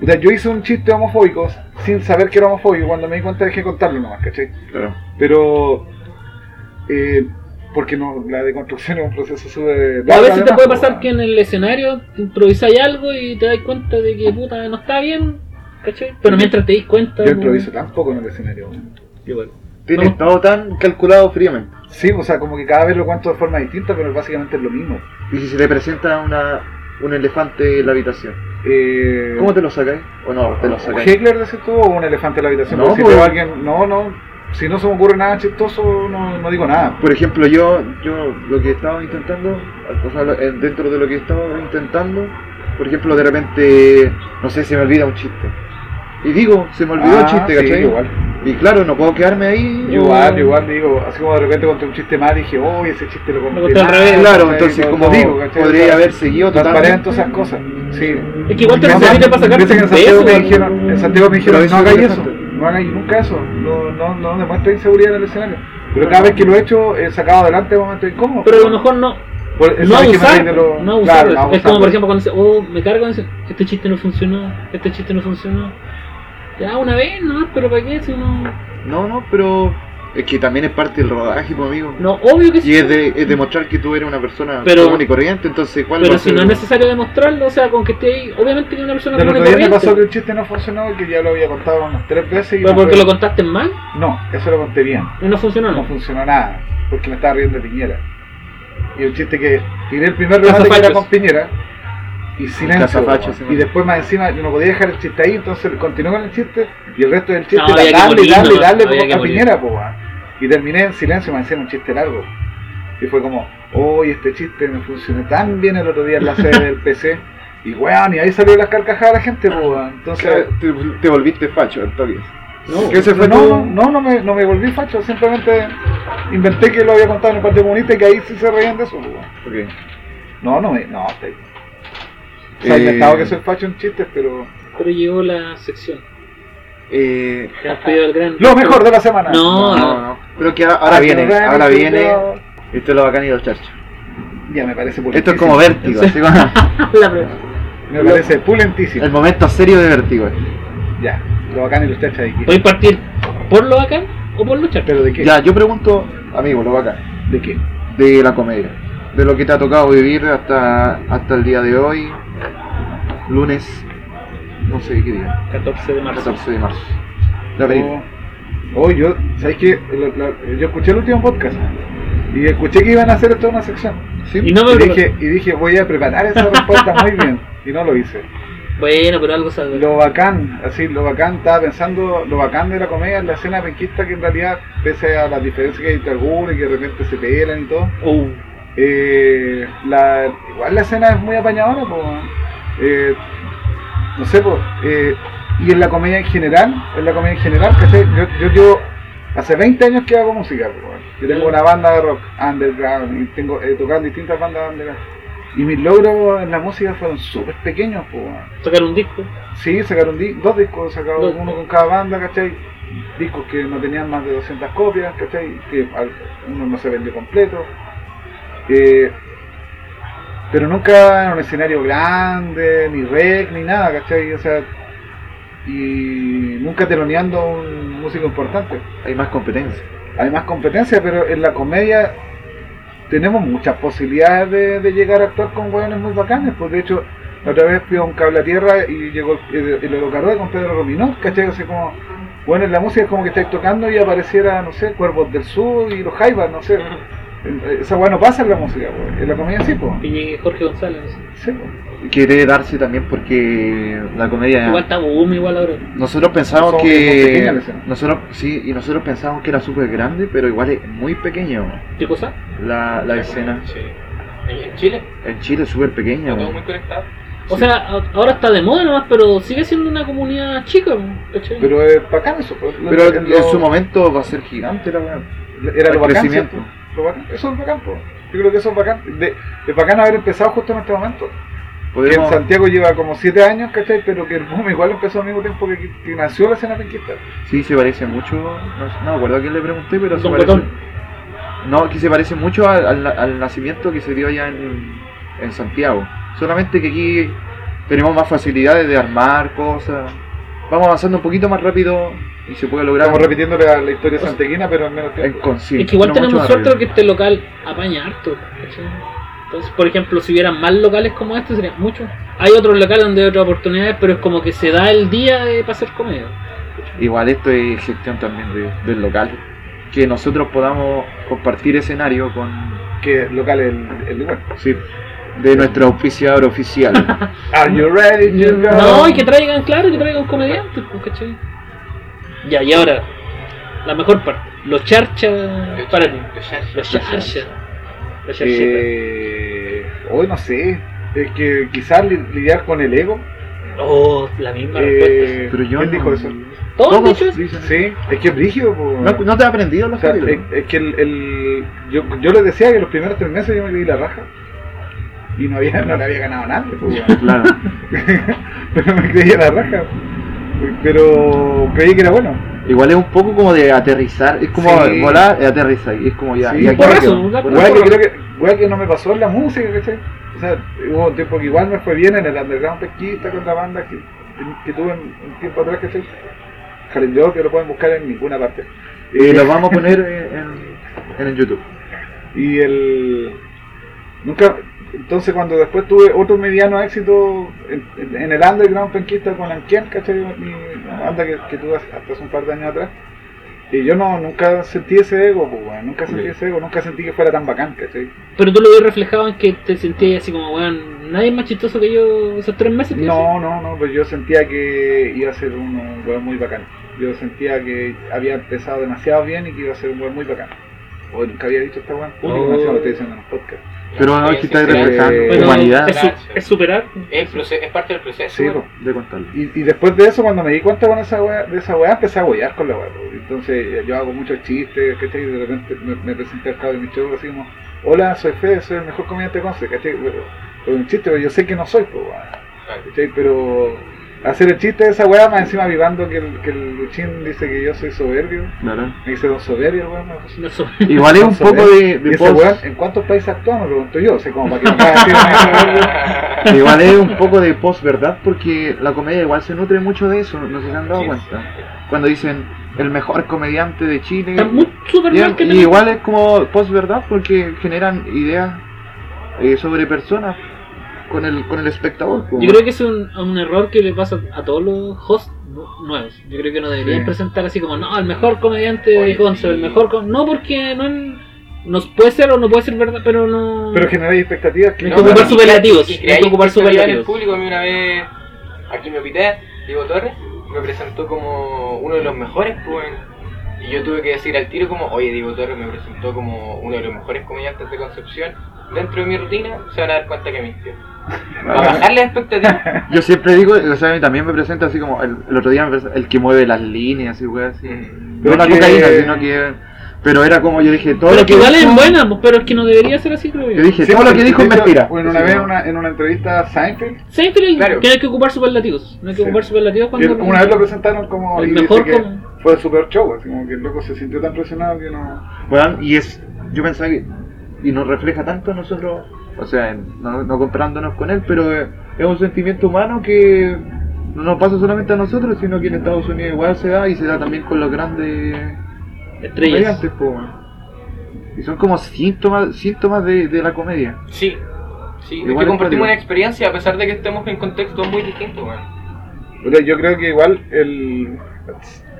[SPEAKER 3] o sea, yo hice un chiste homofóbico sin saber que era homofóbico, cuando me di cuenta dejé de contarlo nomás, ¿cachai?
[SPEAKER 2] Claro.
[SPEAKER 3] Pero... eh, porque no, la deconstrucción es un proceso súper...
[SPEAKER 1] a
[SPEAKER 3] largo,
[SPEAKER 1] veces te
[SPEAKER 3] además,
[SPEAKER 1] puede
[SPEAKER 3] po,
[SPEAKER 1] pasar
[SPEAKER 3] weón.
[SPEAKER 1] que en el escenario improvisáis algo y te das cuenta de que puta no está bien, ¿cachai? Pero mientras te dis cuenta.
[SPEAKER 3] Yo
[SPEAKER 1] pues,
[SPEAKER 3] improviso tampoco en el escenario.
[SPEAKER 1] igual.
[SPEAKER 2] Tienes
[SPEAKER 1] No.
[SPEAKER 2] todo tan calculado fríamente.
[SPEAKER 3] Sí, o sea, como que cada vez lo cuento de forma distinta, pero básicamente es lo mismo.
[SPEAKER 2] Y si se te presenta una, un elefante en la habitación,
[SPEAKER 3] Eh,
[SPEAKER 2] ¿cómo te lo sacáis? ¿O no? ¿Te lo
[SPEAKER 3] ¿un
[SPEAKER 2] sacáis?
[SPEAKER 3] Heckler decís tú o un elefante en la habitación?
[SPEAKER 2] No,
[SPEAKER 3] Porque si
[SPEAKER 2] pues-
[SPEAKER 3] veo a alguien, no, no, si no se me ocurre nada chistoso, no, no digo nada.
[SPEAKER 2] Por ejemplo, yo, yo lo que estaba intentando, o sea, lo- eh, dentro de lo que estaba intentando, por ejemplo, de repente, no sé, se me olvida un chiste. Y digo, se me olvidó
[SPEAKER 3] Ah,
[SPEAKER 2] el chiste,
[SPEAKER 3] sí,
[SPEAKER 2] ¿cachai?
[SPEAKER 3] igual,
[SPEAKER 2] Y claro, no puedo quedarme ahí.
[SPEAKER 3] Yo igual,
[SPEAKER 2] o-
[SPEAKER 3] yo igual digo, así como de repente conté un chiste mal y dije, oh, ese chiste lo conté
[SPEAKER 1] Lo conté al
[SPEAKER 3] mal",
[SPEAKER 1] revés.
[SPEAKER 2] Claro,
[SPEAKER 3] ¿cachai?
[SPEAKER 2] entonces,
[SPEAKER 3] No-
[SPEAKER 2] como
[SPEAKER 3] no
[SPEAKER 2] digo,
[SPEAKER 3] ¿cachai? O
[SPEAKER 2] podría
[SPEAKER 3] sea,
[SPEAKER 2] haber seguido
[SPEAKER 3] Transparean
[SPEAKER 2] totalmente.
[SPEAKER 3] todas esas cosas, sí.
[SPEAKER 1] Es que igual te
[SPEAKER 3] Pensé-
[SPEAKER 1] pasa a ti, te pasa
[SPEAKER 3] pensé que en
[SPEAKER 1] cartas de
[SPEAKER 3] Santiago
[SPEAKER 1] eso.
[SPEAKER 3] me dijeron, en Santiago me dijeron,
[SPEAKER 2] Pero
[SPEAKER 3] no
[SPEAKER 2] eso
[SPEAKER 3] hagáis
[SPEAKER 2] es
[SPEAKER 3] eso, no hagáis nunca eso, no, no, no demuestres inseguridad en el escenario. Pero cada vez que lo he hecho, he sacado adelante un momento incómodo.
[SPEAKER 1] Pero a lo mejor no.
[SPEAKER 3] Por-
[SPEAKER 1] No
[SPEAKER 3] sabes que me
[SPEAKER 1] abusar,
[SPEAKER 3] reí de lo-
[SPEAKER 1] no abusar.
[SPEAKER 3] claro, no
[SPEAKER 1] es como,
[SPEAKER 3] abusar.
[SPEAKER 1] por ejemplo, cuando dice, oh, me cargo, dice, este chiste no funcionó, este chiste no funcionó. Ya una vez, no, pero ¿para qué? Si no.
[SPEAKER 2] No, no, pero es que también es parte del rodaje, pues, amigo.
[SPEAKER 1] No, obvio que sí.
[SPEAKER 2] Y es, de, es demostrar que tú eres una persona
[SPEAKER 1] Pero-
[SPEAKER 2] común y corriente, entonces, ¿cuál va
[SPEAKER 1] Pero
[SPEAKER 2] a
[SPEAKER 1] si
[SPEAKER 2] ser?
[SPEAKER 1] no es necesario demostrarlo, o sea, con que esté ahí, obviamente que una persona
[SPEAKER 3] Del
[SPEAKER 1] común y
[SPEAKER 3] otro día me pasó que
[SPEAKER 1] corriente.
[SPEAKER 3] el chiste no funcionó y que ya lo había contado unas tres veces y
[SPEAKER 1] Pero
[SPEAKER 3] no,
[SPEAKER 1] porque
[SPEAKER 3] fue-
[SPEAKER 1] lo contaste mal
[SPEAKER 3] no, eso lo conté bien.
[SPEAKER 1] y no funcionó,
[SPEAKER 3] No
[SPEAKER 1] ¿no?
[SPEAKER 3] funcionó nada, porque me estaba riendo de Piñera. Y el chiste que tiré el primer
[SPEAKER 1] Casa
[SPEAKER 3] remate que era
[SPEAKER 1] fachos.
[SPEAKER 3] con Piñera y silencio.
[SPEAKER 2] Casa fachos,
[SPEAKER 3] weón.
[SPEAKER 2] sí,
[SPEAKER 3] y después más encima yo no podía dejar el chiste ahí, entonces continué con el chiste y el resto del chiste
[SPEAKER 1] No,
[SPEAKER 3] era
[SPEAKER 1] había que
[SPEAKER 3] darle,
[SPEAKER 1] morir,
[SPEAKER 3] darle,
[SPEAKER 1] no,
[SPEAKER 3] darle
[SPEAKER 1] había
[SPEAKER 3] po-
[SPEAKER 1] que
[SPEAKER 3] a
[SPEAKER 1] morir.
[SPEAKER 3] Piñera, po, weón. Y terminé en silencio, me hacían un chiste largo. Y fue como, hoy este chiste me funcionó tan bien el otro día en la sede del PC. Y weón, y ahí salió las carcajadas de la gente, po, weón. Entonces,
[SPEAKER 2] Te, te volviste facho, entonces.
[SPEAKER 1] No.
[SPEAKER 2] ¿Qué se fue
[SPEAKER 3] no,
[SPEAKER 2] tu-
[SPEAKER 3] no, no, no me, no me volví facho, simplemente inventé que lo había contado en el Partido Comunista y que ahí sí se reían de eso. pues, weón.
[SPEAKER 2] Ok.
[SPEAKER 3] No, no, me- no. te- O sea,
[SPEAKER 2] Eh,
[SPEAKER 3] inventado que soy facho en chistes, pero...
[SPEAKER 1] Pero llegó la sección.
[SPEAKER 2] Eh,
[SPEAKER 1] que nos pidió el gran.
[SPEAKER 3] Lo mejor de la semana.
[SPEAKER 1] No,
[SPEAKER 2] no,
[SPEAKER 1] no.
[SPEAKER 2] no. Pero que ahora viene, ahora viene. Esto es lo bacán y los charchos.
[SPEAKER 3] Ya me parece
[SPEAKER 2] Esto
[SPEAKER 3] pulentísimo.
[SPEAKER 2] es como vértigo, así como-
[SPEAKER 1] La pre-
[SPEAKER 3] Me parece pulentísimo.
[SPEAKER 2] el momento serio de vértigo.
[SPEAKER 3] Ya, lo bacán y los chachas de aquí.
[SPEAKER 1] ¿Podéis partir por lo bacán o por luchar?
[SPEAKER 3] ¿Pero de qué?
[SPEAKER 2] Ya, yo pregunto, amigo, lo bacán,
[SPEAKER 3] ¿De qué?
[SPEAKER 2] de la comedia, de lo que te ha tocado vivir hasta, hasta el día de hoy, lunes, no sé qué día,
[SPEAKER 1] 14 de marzo.
[SPEAKER 2] 14 de marzo. De abril.
[SPEAKER 3] Oh, oh, yo, ¿sabes qué? Lo- lo- yo escuché el último podcast y escuché que iban a hacer esto en una sección.
[SPEAKER 2] ¿Sí?
[SPEAKER 1] Y no me
[SPEAKER 3] Y dije, y dije, voy a preparar esa respuesta muy bien. Y no lo hice.
[SPEAKER 1] Bueno, pero algo saldrá.
[SPEAKER 3] Lo bacán, así, lo bacán, estaba pensando, lo bacán de la comedia es la escena penquista que en
[SPEAKER 1] Oh.
[SPEAKER 3] realidad, pese a las diferencias que hay entre algunos y que de repente se pelan y todo,
[SPEAKER 1] Uh,
[SPEAKER 3] eh, eh, la, igual la escena es muy apañadora, po, weón. Eh, no sé, po, eh, y en la comedia en general, en la comedia en general, ¿cachai? Yo, yo llevo hace 20 años que hago música, po, weón. yo tengo una banda de rock underground y tengo eh, tocado en distintas bandas underground. Y mis logros en la música fueron súper pequeños, po, weón.
[SPEAKER 1] Tocar un disco.
[SPEAKER 3] Sí, sacaron di- dos discos, sacaron
[SPEAKER 1] Dos.
[SPEAKER 3] uno con cada banda, ¿cachai? Discos que no tenían más de 200 copias, ¿cachai? Que al- uno no se vendió completo. Eh, pero nunca en un escenario grande, ni rec, ni nada, ¿cachai? O sea, y nunca teloneando a un músico importante.
[SPEAKER 2] Hay más competencia.
[SPEAKER 3] Hay más competencia, pero en la comedia tenemos muchas posibilidades de, de llegar a actuar con hueones muy bacanes. Pues de hecho, la otra vez fui a un cable a tierra y llegó el, el Orocarroa con Pedro Rominot, ¿cachai? O sea, como, bueno, en la música es como que estáis tocando y apareciera, no sé, Cuervos del Sur y los Jaivas, no sé. Esa hueá no pasa en la música, pues. en la comedia sí, pues.
[SPEAKER 1] Y llegue Jorge González.
[SPEAKER 3] Sí, pues.
[SPEAKER 2] Que debe darse también porque la comedia...
[SPEAKER 1] Igual está boom, igual ahora.
[SPEAKER 2] Nosotros pensamos
[SPEAKER 3] Somos bien
[SPEAKER 2] que
[SPEAKER 3] pequeña la escena.
[SPEAKER 2] nosotros sí y nosotros pensamos que era súper grande, pero igual es muy pequeño
[SPEAKER 1] ¿Qué cosa?
[SPEAKER 2] la, la escena.
[SPEAKER 4] Sí. En Chile,
[SPEAKER 2] En Chile es súper pequeña.
[SPEAKER 4] está todo
[SPEAKER 2] weón.
[SPEAKER 4] muy conectado.
[SPEAKER 1] O sea, a- ahora está de moda nomás, pero sigue siendo una comunidad chica, ¿cachai?
[SPEAKER 3] Pero es bacán eso, pues.
[SPEAKER 2] Pero
[SPEAKER 3] Lo-
[SPEAKER 2] en su momento va a ser gigante la weá.
[SPEAKER 3] era lo
[SPEAKER 2] El
[SPEAKER 3] bacán,
[SPEAKER 2] crecimiento.
[SPEAKER 3] ¿cierto? Lo bacán. Eso es bacán, pues. Yo creo que eso es bacán. De, es bacán haber empezado justo en este momento. Que en
[SPEAKER 2] Podemos-
[SPEAKER 3] Santiago lleva como 7 años, ¿cachai? Pero que el boom igual empezó al mismo tiempo que, que nació la escena penquista.
[SPEAKER 2] Sí, se parece mucho. No, sé- no me acuerdo a quién le pregunté, pero se
[SPEAKER 1] Don
[SPEAKER 2] parece.
[SPEAKER 1] Botón.
[SPEAKER 2] No, que se parece mucho al, al- al nacimiento que se dio allá en, en Santiago. Solamente que aquí tenemos más facilidades de armar cosas. Vamos avanzando un poquito más rápido y se puede lograr.
[SPEAKER 3] Estamos repitiendo la, la historia santequina, pero en menos
[SPEAKER 1] eh,
[SPEAKER 2] en
[SPEAKER 3] tiempo.
[SPEAKER 2] conciencia.
[SPEAKER 1] es que igual
[SPEAKER 2] pero mucho
[SPEAKER 1] tenemos
[SPEAKER 2] más
[SPEAKER 1] suerte
[SPEAKER 2] rápido.
[SPEAKER 1] porque este local apaña harto, ¿cachai? Entonces, por ejemplo, si hubieran más locales como este, serían muchos. Hay otros locales donde hay otras oportunidades, pero es como que se da el día de para hacer comedia.
[SPEAKER 2] Igual esto es gestión también de- del local. Que nosotros podamos compartir escenario con
[SPEAKER 3] Que local el, el lugar.
[SPEAKER 2] sí, de nuestro auspiciador oficial.
[SPEAKER 3] Are you ready to go?
[SPEAKER 1] No, y que traigan, claro, que traigan comediantes, pues, ¿cachai? Ya, y ahora, la mejor parte, los charchas para mí. Los charchas. Los charchas.
[SPEAKER 3] Eh, Hoy no sé. Es que quizás li- lidiar con el ego.
[SPEAKER 1] Oh, la misma respuesta.
[SPEAKER 3] Eh,
[SPEAKER 2] Pero yo
[SPEAKER 3] ¿Quién
[SPEAKER 2] no-
[SPEAKER 3] dijo eso?
[SPEAKER 1] ¿Todos, han dicho
[SPEAKER 2] Todos
[SPEAKER 1] eso?
[SPEAKER 2] dicen-
[SPEAKER 3] Sí, es que es brígido. po.
[SPEAKER 2] ¿No, no te has aprendido los
[SPEAKER 3] O sea,
[SPEAKER 2] capítulos?
[SPEAKER 3] es, es que el, el- yo, yo les decía que los primeros tres meses yo me di la raja y no había no le había ganado a nadie, pues,
[SPEAKER 1] eh,
[SPEAKER 3] weón.
[SPEAKER 2] Claro.
[SPEAKER 3] pero me creía la raja. Pero creí que era bueno.
[SPEAKER 2] Igual es un poco como de aterrizar, es como
[SPEAKER 3] Sí.
[SPEAKER 2] volar, eh, aterriza y es como ya.
[SPEAKER 3] Sí,
[SPEAKER 2] y aquí
[SPEAKER 1] por
[SPEAKER 2] me
[SPEAKER 1] eso,
[SPEAKER 2] quedo.
[SPEAKER 1] ¿verdad?
[SPEAKER 2] Por
[SPEAKER 1] Bueno,
[SPEAKER 3] Weá que,
[SPEAKER 2] eso.
[SPEAKER 3] creo que, weá que no me pasó en la música, ¿cachai? O sea, hubo un tiempo que igual me fue bien en el underground pesquista con la banda que, que tuve un, un tiempo atrás, ¿cachai? Jaleo que lo pueden buscar en ninguna parte.
[SPEAKER 2] Eh, lo vamos a poner eh, en, en el YouTube.
[SPEAKER 3] Y el. Nunca. Entonces, cuando después tuve otro mediano éxito en, en- en el underground penquista con Anquian, ¿cachai? Mi mi banda que, que tuve hasta hace un par de años atrás. Y yo no, nunca sentí ese ego, pues, weón, Nunca sentí
[SPEAKER 2] Ok.
[SPEAKER 3] ese ego, nunca sentí que fuera tan bacán, ¿cachai?
[SPEAKER 1] Pero tú lo ves reflejado en que te sentías así como, weón, nadie es más chistoso que yo esos tres meses. que hice.
[SPEAKER 3] No, no, no, pues yo sentía que iba a ser un un weón muy bacán. Yo sentía que había empezado demasiado bien y que iba a ser un weón muy bacán. O nunca había dicho esta weón
[SPEAKER 1] Oh.
[SPEAKER 3] público, lo estoy diciendo en los podcasts.
[SPEAKER 2] Pero no, es que está reflejando
[SPEAKER 3] Bueno,
[SPEAKER 2] humanidad
[SPEAKER 1] Es, su- es superar.
[SPEAKER 4] Es, proce- es parte del proceso.
[SPEAKER 3] Sí,
[SPEAKER 4] güey.
[SPEAKER 3] pues.
[SPEAKER 2] de contarlo.
[SPEAKER 3] Y, y después de eso, cuando me di cuenta con esa wea- de esa weá, empecé a huear con la weá. po. Entonces eh, yo hago muchos chistes, ¿cachai? Y de repente me, me presenté al cabo de mi show, así como, hola, soy Fede, soy el mejor comediante de Conce, ¿cachai? Pero- pero un chiste, pero yo sé que no soy, pues,
[SPEAKER 4] Claro.
[SPEAKER 3] ¿cachai? Pero hacer el chiste de esa weá, más encima vivando que el, que el Luchín dice que yo soy soberbio.
[SPEAKER 2] Claro.
[SPEAKER 3] Me dice don soberbio, weón. me puso.
[SPEAKER 1] No so-
[SPEAKER 2] Igual es un
[SPEAKER 3] Don
[SPEAKER 2] poco
[SPEAKER 3] soberbio.
[SPEAKER 2] de, de
[SPEAKER 3] Y ese
[SPEAKER 2] post-
[SPEAKER 3] weón, ¿en cuántos países actúa? Me pregunto yo, o sea, como para que me pueda decir, "Ah,
[SPEAKER 2] igual es un poco de post verdad porque la comedia igual se nutre mucho de eso, no se han dado
[SPEAKER 4] Sí,
[SPEAKER 2] cuenta. Cuando dicen el mejor comediante de Chile,
[SPEAKER 1] Está muy super
[SPEAKER 2] Bien,
[SPEAKER 1] mal que
[SPEAKER 2] y
[SPEAKER 1] te-
[SPEAKER 2] igual es como post verdad porque generan ideas eh, sobre personas con el con el espectador como-
[SPEAKER 1] Yo creo que es un, un error que le pasa a todos los hosts nu- nuevos. Yo creo que no deberían
[SPEAKER 3] Sí.
[SPEAKER 1] presentar así como, no, el mejor comediante de
[SPEAKER 4] Oye,
[SPEAKER 1] Gonzo, el
[SPEAKER 4] sí.
[SPEAKER 1] mejor... com-". No, porque no en- nos puede ser o no puede ser verdad, pero no...
[SPEAKER 3] Pero generáis expectativas que
[SPEAKER 1] Hay
[SPEAKER 4] No,
[SPEAKER 1] que ocupar
[SPEAKER 4] pero-
[SPEAKER 1] superlativos,
[SPEAKER 4] y- y
[SPEAKER 1] hay que
[SPEAKER 4] creáis
[SPEAKER 1] ocupar
[SPEAKER 4] expectativa en
[SPEAKER 1] superlativos.
[SPEAKER 4] el público, a mí una vez, aquí me pité, Diego Torres, me presentó como uno de los mejores, pues, y yo tuve que decir al tiro como, oye, Diego Torres me presentó como uno de los mejores comediantes de Concepción, dentro de mi rutina, se van a dar cuenta que mintió. Para bajar las expectativas.
[SPEAKER 2] Yo siempre digo, o sea, a mí también me presenta así como el, el otro día me presenta el que mueve las líneas y weas así. No
[SPEAKER 4] Mm.
[SPEAKER 3] Pero
[SPEAKER 2] la
[SPEAKER 3] que-
[SPEAKER 2] cocaína, sino que. Pero era como yo dije, todo
[SPEAKER 1] Pero
[SPEAKER 2] lo
[SPEAKER 1] que
[SPEAKER 2] que.
[SPEAKER 1] igual es
[SPEAKER 2] dijo-
[SPEAKER 1] buena, pues, pero es que no debería ser así, creo
[SPEAKER 2] Yo
[SPEAKER 1] yo.
[SPEAKER 2] dije,
[SPEAKER 3] Sí,
[SPEAKER 2] todo lo que
[SPEAKER 3] de
[SPEAKER 2] dijo es
[SPEAKER 3] hecho,
[SPEAKER 2] mentira.
[SPEAKER 3] Bueno, una vez una- en una entrevista a Seinfeld,
[SPEAKER 1] Seinfeld
[SPEAKER 4] Claro.
[SPEAKER 1] tiene que ocupar superlativos. No hay que
[SPEAKER 3] Sí.
[SPEAKER 1] ocupar superlativos
[SPEAKER 3] que
[SPEAKER 1] cuando.
[SPEAKER 3] eh, una vez lo presentaron como.
[SPEAKER 1] El
[SPEAKER 3] y dice
[SPEAKER 1] mejor
[SPEAKER 3] que
[SPEAKER 1] como-
[SPEAKER 3] fue el super show, así como que el loco se sintió tan presionado que no.
[SPEAKER 2] Weón, y es. Yo pensaba que. Y nos refleja tanto a nosotros. O sea, en- no, no comparándonos con él, pero eh, es un sentimiento humano que. No nos pasa solamente a nosotros, sino que en Estados Unidos igual se da y se da también con los grandes.
[SPEAKER 1] Estrellas.
[SPEAKER 2] comediantes, po, weón. Y son como síntomas, síntomas de, de la comedia.
[SPEAKER 4] Sí, sí. Es
[SPEAKER 2] Igual
[SPEAKER 4] que
[SPEAKER 2] es
[SPEAKER 4] compartimos
[SPEAKER 2] válido.
[SPEAKER 4] una experiencia a pesar de que estemos en contextos muy distintos, weón.
[SPEAKER 3] Pero yo creo que igual el.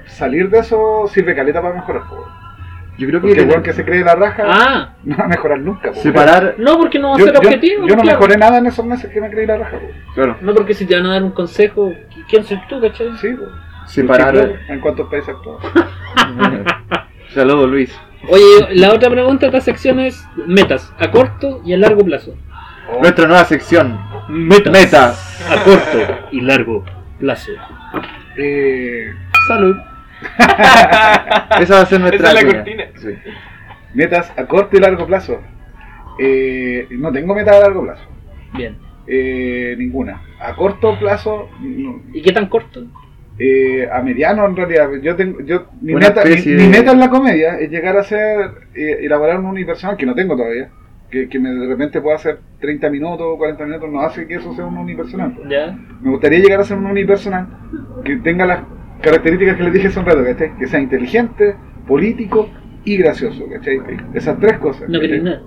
[SPEAKER 3] Salir de eso sirve caleta para mejorar, po.
[SPEAKER 2] Yo creo que,
[SPEAKER 3] Porque igual que se cree la raja,
[SPEAKER 1] Ah,
[SPEAKER 3] no va a mejorar nunca, po.
[SPEAKER 2] separar.
[SPEAKER 1] no, porque no va a
[SPEAKER 3] Yo,
[SPEAKER 1] ser
[SPEAKER 3] yo-
[SPEAKER 1] objetivo.
[SPEAKER 3] yo no
[SPEAKER 1] claro.
[SPEAKER 3] mejoré nada en esos meses que me creí la raja, po.
[SPEAKER 2] Claro.
[SPEAKER 1] No, porque si te van a dar un consejo, ¿quién soy tú, cachai?
[SPEAKER 3] Sí, po. Sí,
[SPEAKER 2] Separar. eh,
[SPEAKER 3] claro, En cuantos países actuó.
[SPEAKER 2] Saludos, Luis.
[SPEAKER 1] Oye, la otra pregunta de esta sección es metas, a corto y a largo plazo.
[SPEAKER 2] Nuestra nueva sección.
[SPEAKER 1] Metas.
[SPEAKER 2] Metas.
[SPEAKER 1] A corto y largo plazo.
[SPEAKER 3] Eh,
[SPEAKER 2] Salud. Esa va a ser nuestra.
[SPEAKER 4] Esa es la
[SPEAKER 2] línea.
[SPEAKER 4] cortina.
[SPEAKER 2] Sí.
[SPEAKER 3] metas a corto y largo plazo. Eh, no tengo metas a largo plazo.
[SPEAKER 1] Bien.
[SPEAKER 3] Eh, ninguna. A corto plazo, no.
[SPEAKER 1] ¿Y qué tan corto?
[SPEAKER 3] Eh, a mediano en realidad. Yo tengo, yo, mi,
[SPEAKER 2] Una
[SPEAKER 3] meta, mi,
[SPEAKER 2] especie
[SPEAKER 3] mi
[SPEAKER 2] de-
[SPEAKER 3] meta en la comedia es llegar a ser, eh, elaborar un unipersonal que no tengo todavía. Que, que me, de repente pueda hacer 30 minutos o 40 minutos, no hace que eso sea un unipersonal.
[SPEAKER 1] ¿Ya?
[SPEAKER 3] Me gustaría llegar a ser un unipersonal que tenga las características que les dije hace un rato, ¿cachai? Que sea inteligente, político y gracioso, ¿cachai? Esas tres cosas.
[SPEAKER 1] No
[SPEAKER 3] ¿cachai?
[SPEAKER 1] queréis nada.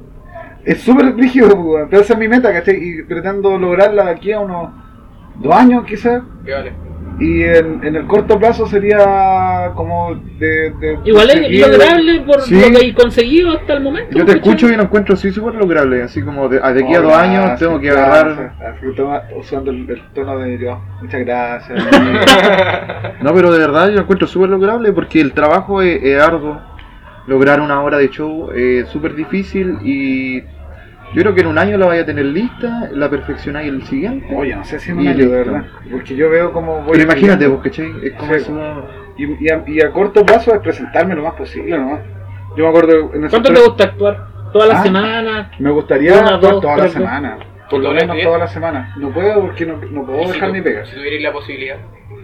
[SPEAKER 3] Es súper rígido, pues, weón, pero esa es mi meta, ¿cachai? Y pretendo lograrla de aquí a unos dos años quizás.
[SPEAKER 4] Que vale.
[SPEAKER 3] Y en, en el corto plazo sería como de... de-
[SPEAKER 1] Igual es
[SPEAKER 3] seguir-
[SPEAKER 1] lograble por
[SPEAKER 2] Sí.
[SPEAKER 1] lo que he conseguido hasta el momento.
[SPEAKER 2] Yo te
[SPEAKER 1] ¿cachai?
[SPEAKER 2] escucho y lo encuentro así súper lograble. Así como de, ah, de aquí a dos
[SPEAKER 3] Hola,
[SPEAKER 2] años tengo
[SPEAKER 3] Oh, sí,
[SPEAKER 2] que
[SPEAKER 3] claro,
[SPEAKER 2] agarrar.
[SPEAKER 3] sí, así que toma- usando el, el tono de yo. Muchas gracias. amigo".
[SPEAKER 2] No, pero de verdad yo lo encuentro súper lograble porque el trabajo es, es arduo. Lograr una hora de show es súper difícil y yo creo que en un año la vaya a tener lista, la perfeccionáis el siguiente.
[SPEAKER 3] Oye, no sé si en
[SPEAKER 2] Y
[SPEAKER 3] un año, de
[SPEAKER 2] listo.
[SPEAKER 3] verdad. Porque yo veo como voy...
[SPEAKER 2] Pero imagínate vos, ¿cachai? Es como
[SPEAKER 3] Sí.
[SPEAKER 2] eso.
[SPEAKER 3] Y, y a, y a corto plazo es presentarme lo más posible, ¿no? Yo me acuerdo... En el
[SPEAKER 1] ¿Cuánto
[SPEAKER 3] sector-
[SPEAKER 1] te gusta actuar? ¿Toda la
[SPEAKER 3] Ah.
[SPEAKER 1] semana?
[SPEAKER 3] Me gustaría
[SPEAKER 1] Una,
[SPEAKER 3] actuar
[SPEAKER 1] dos,
[SPEAKER 3] toda
[SPEAKER 1] tres,
[SPEAKER 3] la
[SPEAKER 1] ¿no?
[SPEAKER 3] semana. Por lo
[SPEAKER 4] ¿Todos los
[SPEAKER 3] menos
[SPEAKER 4] días?
[SPEAKER 3] toda la semana. No puedo porque no, no
[SPEAKER 4] Y
[SPEAKER 3] puedo
[SPEAKER 4] si
[SPEAKER 3] dejar
[SPEAKER 4] tu-
[SPEAKER 3] mi pega.
[SPEAKER 4] Si tuvierais la posibilidad.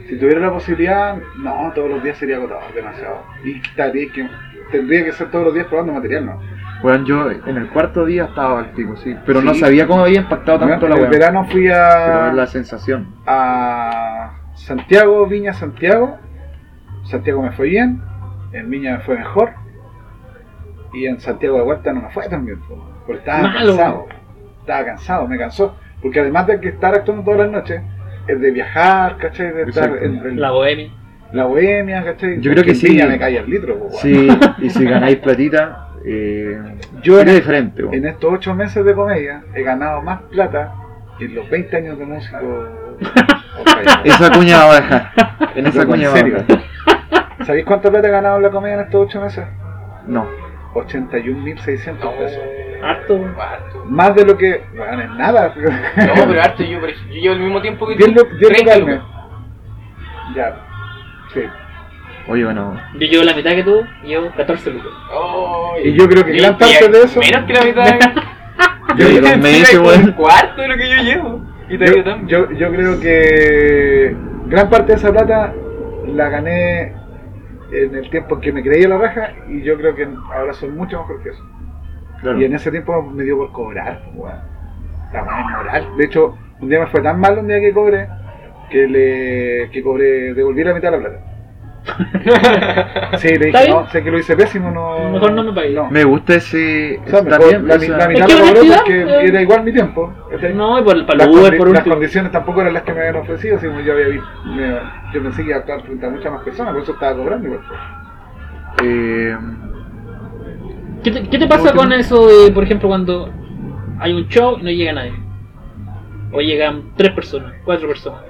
[SPEAKER 3] Si tuviera la posibilidad, no, todos los días sería agotador, demasiado. Y estaría que, tendría que ser todos los días probando material, ¿no?
[SPEAKER 2] Bueno, yo en el cuarto día estaba al pico, sí. Pero no
[SPEAKER 3] Sí.
[SPEAKER 2] sabía cómo había impactado
[SPEAKER 3] Bueno,
[SPEAKER 2] tanto
[SPEAKER 3] en
[SPEAKER 2] la
[SPEAKER 3] el
[SPEAKER 2] weá.
[SPEAKER 3] verano fui
[SPEAKER 2] Pero
[SPEAKER 3] a,
[SPEAKER 2] es la sensación.
[SPEAKER 3] a Santiago, Viña Santiago. Santiago me fue bien, en Viña me fue mejor. Y en Santiago de vuelta no me fue tan bien, po, porque estaba
[SPEAKER 1] Malo.
[SPEAKER 3] cansado. Estaba cansado, me cansó. Porque además de que estar actuando todas las noches, es de viajar, ¿cachai? De estar
[SPEAKER 2] Exacto.
[SPEAKER 3] en, en
[SPEAKER 1] La
[SPEAKER 3] la,
[SPEAKER 1] bohemia.
[SPEAKER 3] bohemia, ¿cachai?
[SPEAKER 2] Yo creo que
[SPEAKER 3] en
[SPEAKER 2] sí.
[SPEAKER 3] Viña me cae el litro, po, weón.
[SPEAKER 2] Sí, y si ganáis platita, eh,
[SPEAKER 3] Yo
[SPEAKER 2] era
[SPEAKER 3] en-
[SPEAKER 2] diferente. weón.
[SPEAKER 3] En estos ocho meses de comedia he ganado más plata que en los 20 años de músico. Ok.
[SPEAKER 2] Esa cuña va a dejar. En esa
[SPEAKER 3] Loco,
[SPEAKER 2] cuña
[SPEAKER 3] en
[SPEAKER 2] va a
[SPEAKER 3] serio.
[SPEAKER 2] dejar.
[SPEAKER 3] ¿Sabéis cuánta plata he ganado en la comedia en estos ocho meses?
[SPEAKER 2] No.
[SPEAKER 3] 81.600
[SPEAKER 4] No,
[SPEAKER 3] pesos.
[SPEAKER 1] Harto.
[SPEAKER 3] ah.
[SPEAKER 4] harto.
[SPEAKER 3] Más de lo que. Bueno, es nada.
[SPEAKER 4] No, pero harto yo, por ejemplo, yo llevo el mismo tiempo que tú.
[SPEAKER 3] Diez lu- diez
[SPEAKER 4] 30
[SPEAKER 3] lucas al
[SPEAKER 4] lucas.
[SPEAKER 3] mes. Ya. Sí.
[SPEAKER 2] Oye, bueno.
[SPEAKER 1] Yo llevo la mitad que tú, llevo 14 lucas.
[SPEAKER 4] Oh,
[SPEAKER 3] Y yo creo que gran
[SPEAKER 4] y-
[SPEAKER 3] parte
[SPEAKER 4] y-
[SPEAKER 3] de eso-
[SPEAKER 4] Menos que la mitad de
[SPEAKER 2] Yo digo, me
[SPEAKER 4] Mira,
[SPEAKER 2] dice,
[SPEAKER 4] como Un
[SPEAKER 2] weón.
[SPEAKER 4] cuarto de lo que yo llevo. Y te ha ido
[SPEAKER 3] Yo,
[SPEAKER 4] tan bien.
[SPEAKER 3] yo, yo creo que. Gran parte de esa plata la gané en el tiempo en que me creía la raja y yo creo que ahora soy mucho mejor que eso.
[SPEAKER 2] Claro.
[SPEAKER 3] Y en ese tiempo me dio por cobrar, pues, weón. La weá es moral. De hecho, un día me fue tan mal un día que cobré, que le que cobré, devolví la mitad de la plata. sí, le
[SPEAKER 1] ¿Está
[SPEAKER 3] dije,
[SPEAKER 1] bien?
[SPEAKER 3] no, sé que lo hice pésimo, no.
[SPEAKER 1] Mejor no me pagué.
[SPEAKER 2] Me gusta ese.
[SPEAKER 3] O sea, me
[SPEAKER 2] también,
[SPEAKER 3] co- la,
[SPEAKER 2] o sea,
[SPEAKER 3] la mitad
[SPEAKER 1] Es que
[SPEAKER 3] la
[SPEAKER 1] una
[SPEAKER 3] cobré
[SPEAKER 1] actividad,
[SPEAKER 3] porque
[SPEAKER 1] eh,
[SPEAKER 3] era igual mi tiempo. ¿cachai?
[SPEAKER 1] No, y por el para
[SPEAKER 3] las,
[SPEAKER 1] el Uber,
[SPEAKER 3] condi-
[SPEAKER 1] por
[SPEAKER 3] las
[SPEAKER 1] último.
[SPEAKER 3] condiciones tampoco eran las que me habían ofrecido, así como yo había visto. me- yo pensé que iba a estar frente a muchas más personas, por eso estaba cobrando. igual, pues.
[SPEAKER 2] eh,
[SPEAKER 1] ¿Qué te, qué te pasa con eso de, por ejemplo, cuando hay un show y no llega nadie? O llegan tres personas, cuatro personas.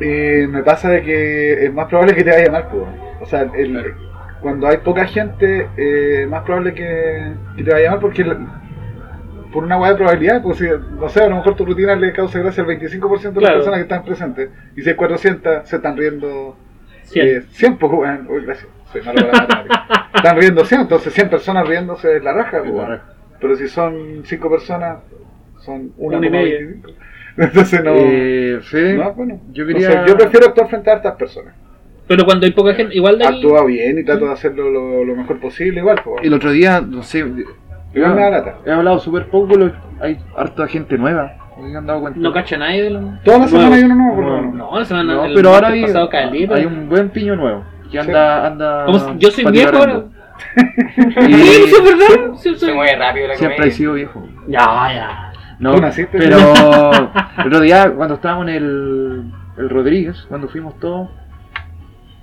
[SPEAKER 3] Eh, me pasa de que es más probable que te vaya mal, pues. O sea, el-
[SPEAKER 4] Claro.
[SPEAKER 3] cuando hay poca gente, eh, es más probable que, que te vaya mal porque, la- por una hueá de probabilidad, pues si, no sé, a lo mejor tu rutina le causa gracia al 25% de las
[SPEAKER 1] Claro.
[SPEAKER 3] personas que están presentes. Y si hay 400, se están riendo
[SPEAKER 1] Cien.
[SPEAKER 3] 100, pues, weón. Uy, gracias. Soy malo para la matemática. Están riendo 100, entonces 100 personas riéndose es la raja, pues,
[SPEAKER 2] la
[SPEAKER 3] weón.
[SPEAKER 2] raja.
[SPEAKER 3] Pero si son 5 personas, son
[SPEAKER 1] Una y media.
[SPEAKER 3] 1,25. Entonces no.
[SPEAKER 2] Eh, Fede,
[SPEAKER 3] no, bueno.
[SPEAKER 2] yo quería-
[SPEAKER 3] Entonces, yo prefiero actuar frente a estas personas.
[SPEAKER 1] Pero cuando hay poca gente, igual de ahí.
[SPEAKER 3] Actúa bien y trato de hacerlo lo, lo mejor posible, igual, pues.
[SPEAKER 2] el otro día, no sé,
[SPEAKER 3] Igual me da lata.
[SPEAKER 2] he hablado súper poco, lo- hay harta gente nueva. No se han dado cuenta.
[SPEAKER 1] No cacha nadie de lo.
[SPEAKER 3] Todas las semanas hay uno nuevo, por lo
[SPEAKER 2] Nuevo.
[SPEAKER 3] menos.
[SPEAKER 1] No, la semana
[SPEAKER 2] No,
[SPEAKER 1] el
[SPEAKER 2] pero ahora
[SPEAKER 1] martes
[SPEAKER 2] hay,
[SPEAKER 1] pasado caleta.
[SPEAKER 2] hay un buen piño nuevo. Que
[SPEAKER 3] Sí.
[SPEAKER 2] anda, anda
[SPEAKER 1] Como si- yo soy viejo
[SPEAKER 2] patilarando.
[SPEAKER 1] Sí, sí, es verdad. Sí,
[SPEAKER 4] Se
[SPEAKER 1] soy-
[SPEAKER 4] mueve rápido la
[SPEAKER 2] Siempre he
[SPEAKER 4] comedia.
[SPEAKER 2] sido viejo.
[SPEAKER 1] Ya, ya.
[SPEAKER 2] No,
[SPEAKER 3] Tú naciste.
[SPEAKER 2] pero el otro día cuando estábamos en el, el Rodríguez, cuando fuimos todos,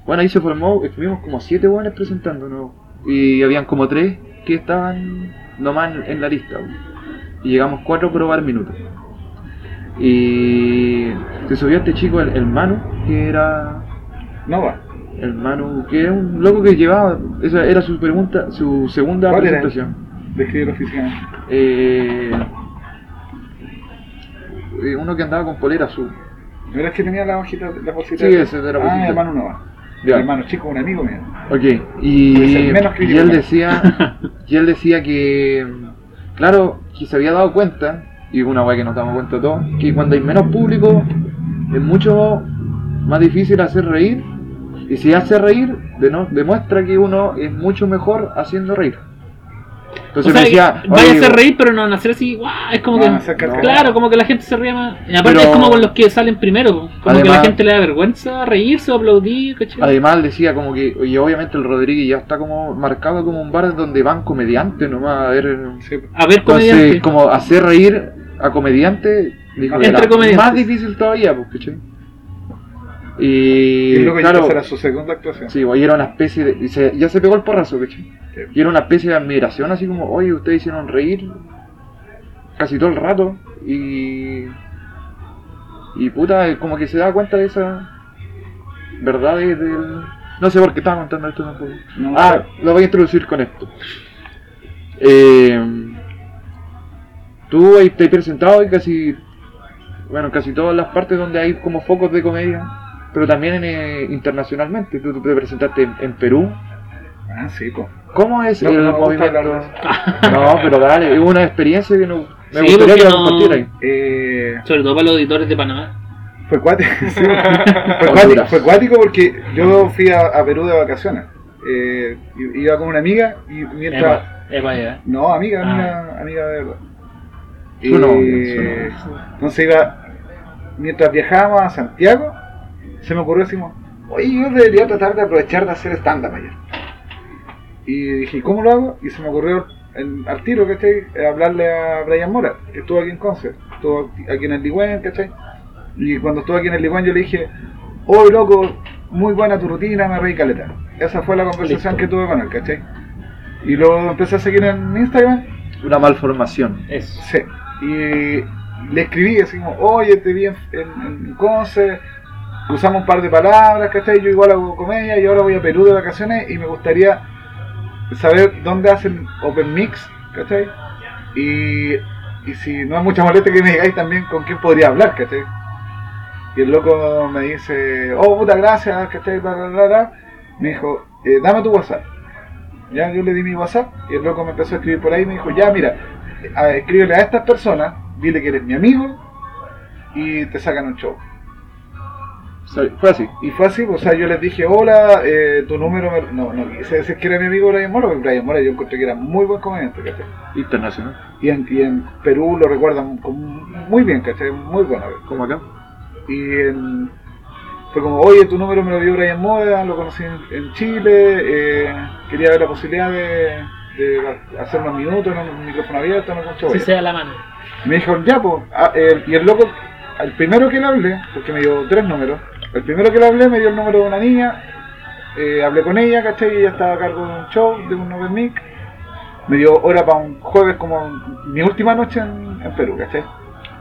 [SPEAKER 2] bueno, ahí se formó, estuvimos como siete buenos presentándonos y habían como tres que estaban nomás en la lista. weón. Y llegamos cuatro a probar minutos. Y se subió este chico, el, el Manu, que era
[SPEAKER 3] No va.
[SPEAKER 2] el Manu, que era un loco que llevaba, esa era su pregunta, su segunda
[SPEAKER 3] ¿Cuál era?
[SPEAKER 2] presentación.
[SPEAKER 3] Describir oficialmente.
[SPEAKER 2] Eh, eh, uno que andaba con polera azul.
[SPEAKER 3] ¿No era el que tenía la hojita, la bolsita?
[SPEAKER 2] Sí, ese era
[SPEAKER 3] Ah,
[SPEAKER 2] bolsita.
[SPEAKER 3] mi hermano no va.
[SPEAKER 2] Ya.
[SPEAKER 3] Mi hermano chico, un amigo mío.
[SPEAKER 2] Ok,
[SPEAKER 3] Puede ser
[SPEAKER 2] y,
[SPEAKER 3] menos
[SPEAKER 2] y
[SPEAKER 3] crítico,
[SPEAKER 2] él
[SPEAKER 3] ¿no?
[SPEAKER 2] decía y él decía que, claro, que se había dado cuenta, y una weá que nos damos cuenta todos, que cuando hay menos público es mucho más difícil hacer reír, y si hace reír, de no- demuestra que uno es mucho mejor haciendo reír. Entonces
[SPEAKER 1] o sea,
[SPEAKER 2] me decía,
[SPEAKER 1] vaya a
[SPEAKER 2] oye,
[SPEAKER 1] hacer reír, pero no nacer así. ¡guau! Es como
[SPEAKER 3] No,
[SPEAKER 1] que.
[SPEAKER 3] no hacer carcajadas.
[SPEAKER 1] claro, como que la gente se ríe más. Y aparte
[SPEAKER 2] Pero-
[SPEAKER 1] es como con los que salen primero. po. Como que la
[SPEAKER 2] Además-
[SPEAKER 1] gente le da vergüenza reírse o aplaudir, ¿cachai?
[SPEAKER 2] Además decía como que, y obviamente el Rodríguez ya está como marcado como un bar donde van comediantes nomás a ver.
[SPEAKER 3] Sí.
[SPEAKER 1] A ver, comediante.
[SPEAKER 2] Entonces, como hacer reír a comediantes, dijo que
[SPEAKER 1] Entre
[SPEAKER 2] era
[SPEAKER 1] comediantes.
[SPEAKER 2] más difícil todavía, pues, ¿cachai?
[SPEAKER 3] Y
[SPEAKER 2] Y
[SPEAKER 3] luego ya
[SPEAKER 2] claro,
[SPEAKER 3] esa era su segunda actuación.
[SPEAKER 2] sí, pues, y era una especie de, y se- ya se pegó el porrazo, ¿cachai?
[SPEAKER 3] Sí.
[SPEAKER 2] Y era una especie de admiración, así como, oye, ustedes hicieron reír casi todo el rato y y puta, eh, como que se da cuenta de esa verdad de- del... No sé por qué estaba contando esto tampoco.
[SPEAKER 3] No,
[SPEAKER 2] Ah, lo voy a introducir con esto. Eh, tú ahí te has presentado en casi, bueno, casi todas las partes donde hay como focos de comedia, pero también en, eh, internacionalmente. Tú, tú te presentaste en, en Perú.
[SPEAKER 3] Ah, sí, pues.
[SPEAKER 2] ¿Cómo es
[SPEAKER 3] No,
[SPEAKER 2] el
[SPEAKER 3] no me gusta
[SPEAKER 2] movimiento?
[SPEAKER 3] hablar de
[SPEAKER 2] No, pero dale, es una experiencia que no, me
[SPEAKER 1] Sí,
[SPEAKER 2] gustaría que
[SPEAKER 1] porque
[SPEAKER 2] la
[SPEAKER 1] no-
[SPEAKER 2] compartieras.
[SPEAKER 3] Eh,
[SPEAKER 1] Sobre todo para los auditores de Panamá.
[SPEAKER 3] fue cuático, sí, fue,
[SPEAKER 2] Honduras.
[SPEAKER 3] cuático, fue cuático porque yo fui a, a Perú de vacaciones. Eh, i- iba con una amiga y mientras...
[SPEAKER 1] Epa, epa, epa.
[SPEAKER 3] No, amiga,
[SPEAKER 1] Ah.
[SPEAKER 3] amiga, amiga de verdad.
[SPEAKER 2] Su novia, su
[SPEAKER 3] Eh, entonces iba, mientras viajábamos a Santiago, se me ocurrió decimos, oye, yo debería tratar de aprovechar de hacer stand-up ayer. Y dije, ¿cómo lo hago? Y se me ocurrió el, al tiro, ¿cachai? Eh, Hablarle a Brian Mora, que estuvo aquí en Conce, estuvo aquí en el Ligüen, ¿cachai? Y cuando estuve aquí en el Ligüen yo le dije, oh loco, muy buena tu rutina, me reí caleta. Esa fue la conversación
[SPEAKER 1] Listo.
[SPEAKER 3] que tuve con él, ¿cachai? Y luego empecé a seguir en Instagram
[SPEAKER 2] Una malformación.
[SPEAKER 1] Eso.
[SPEAKER 3] Sí. Y le escribí así como, oye, te vi en, en, en Conce, usamos un par de palabras, ¿cachai? Yo igual hago comedia y ahora voy a Perú de vacaciones y me gustaría saber dónde hacen Open Mix, ¿cachai? Y, y si no es mucha molestia que me digáis también con quién podría hablar, ¿cachai? Y el loco me dice, oh, puta, gracias, ¿cachai? Bla, bla, bla, bla. Me dijo, "Eh, dame tu WhatsApp. Ya yo le di mi WhatsApp y el loco me empezó a escribir por ahí y me dijo, ya, mira, a- escríbele a estas personas, dile que eres mi amigo y te sacan un show.
[SPEAKER 2] O sea, Fue así.
[SPEAKER 3] Y fue así, pues, o sea, yo les dije, hola, eh, tu número, me- no, no quise decir que era mi amigo Brian Mora, porque Brian Mora yo encontré que era muy buen comediante, ¿cachai?
[SPEAKER 2] Internacional.
[SPEAKER 3] Y en, y en Perú lo recuerdan con- muy bien, ¿cachai? Muy bueno.
[SPEAKER 2] Como acá.
[SPEAKER 3] Y en- fue como, oye, tu número me lo dio Brian Moda, lo conocí en, en Chile, eh, quería ver la posibilidad de, de hacer unos minutos en un micrófono abierto, en algún show.
[SPEAKER 1] Si sea la mano.
[SPEAKER 3] Me dijo, ya, pues. ah, el- y el loco, el primero que le hablé, porque me dio tres números, el primero que le hablé me dio el número de una niña, eh, hablé con ella, ¿cachai? Ella estaba a cargo de un show, de un Open Mic. Me dio hora para un jueves, como mi última noche en, en Perú, ¿cachai?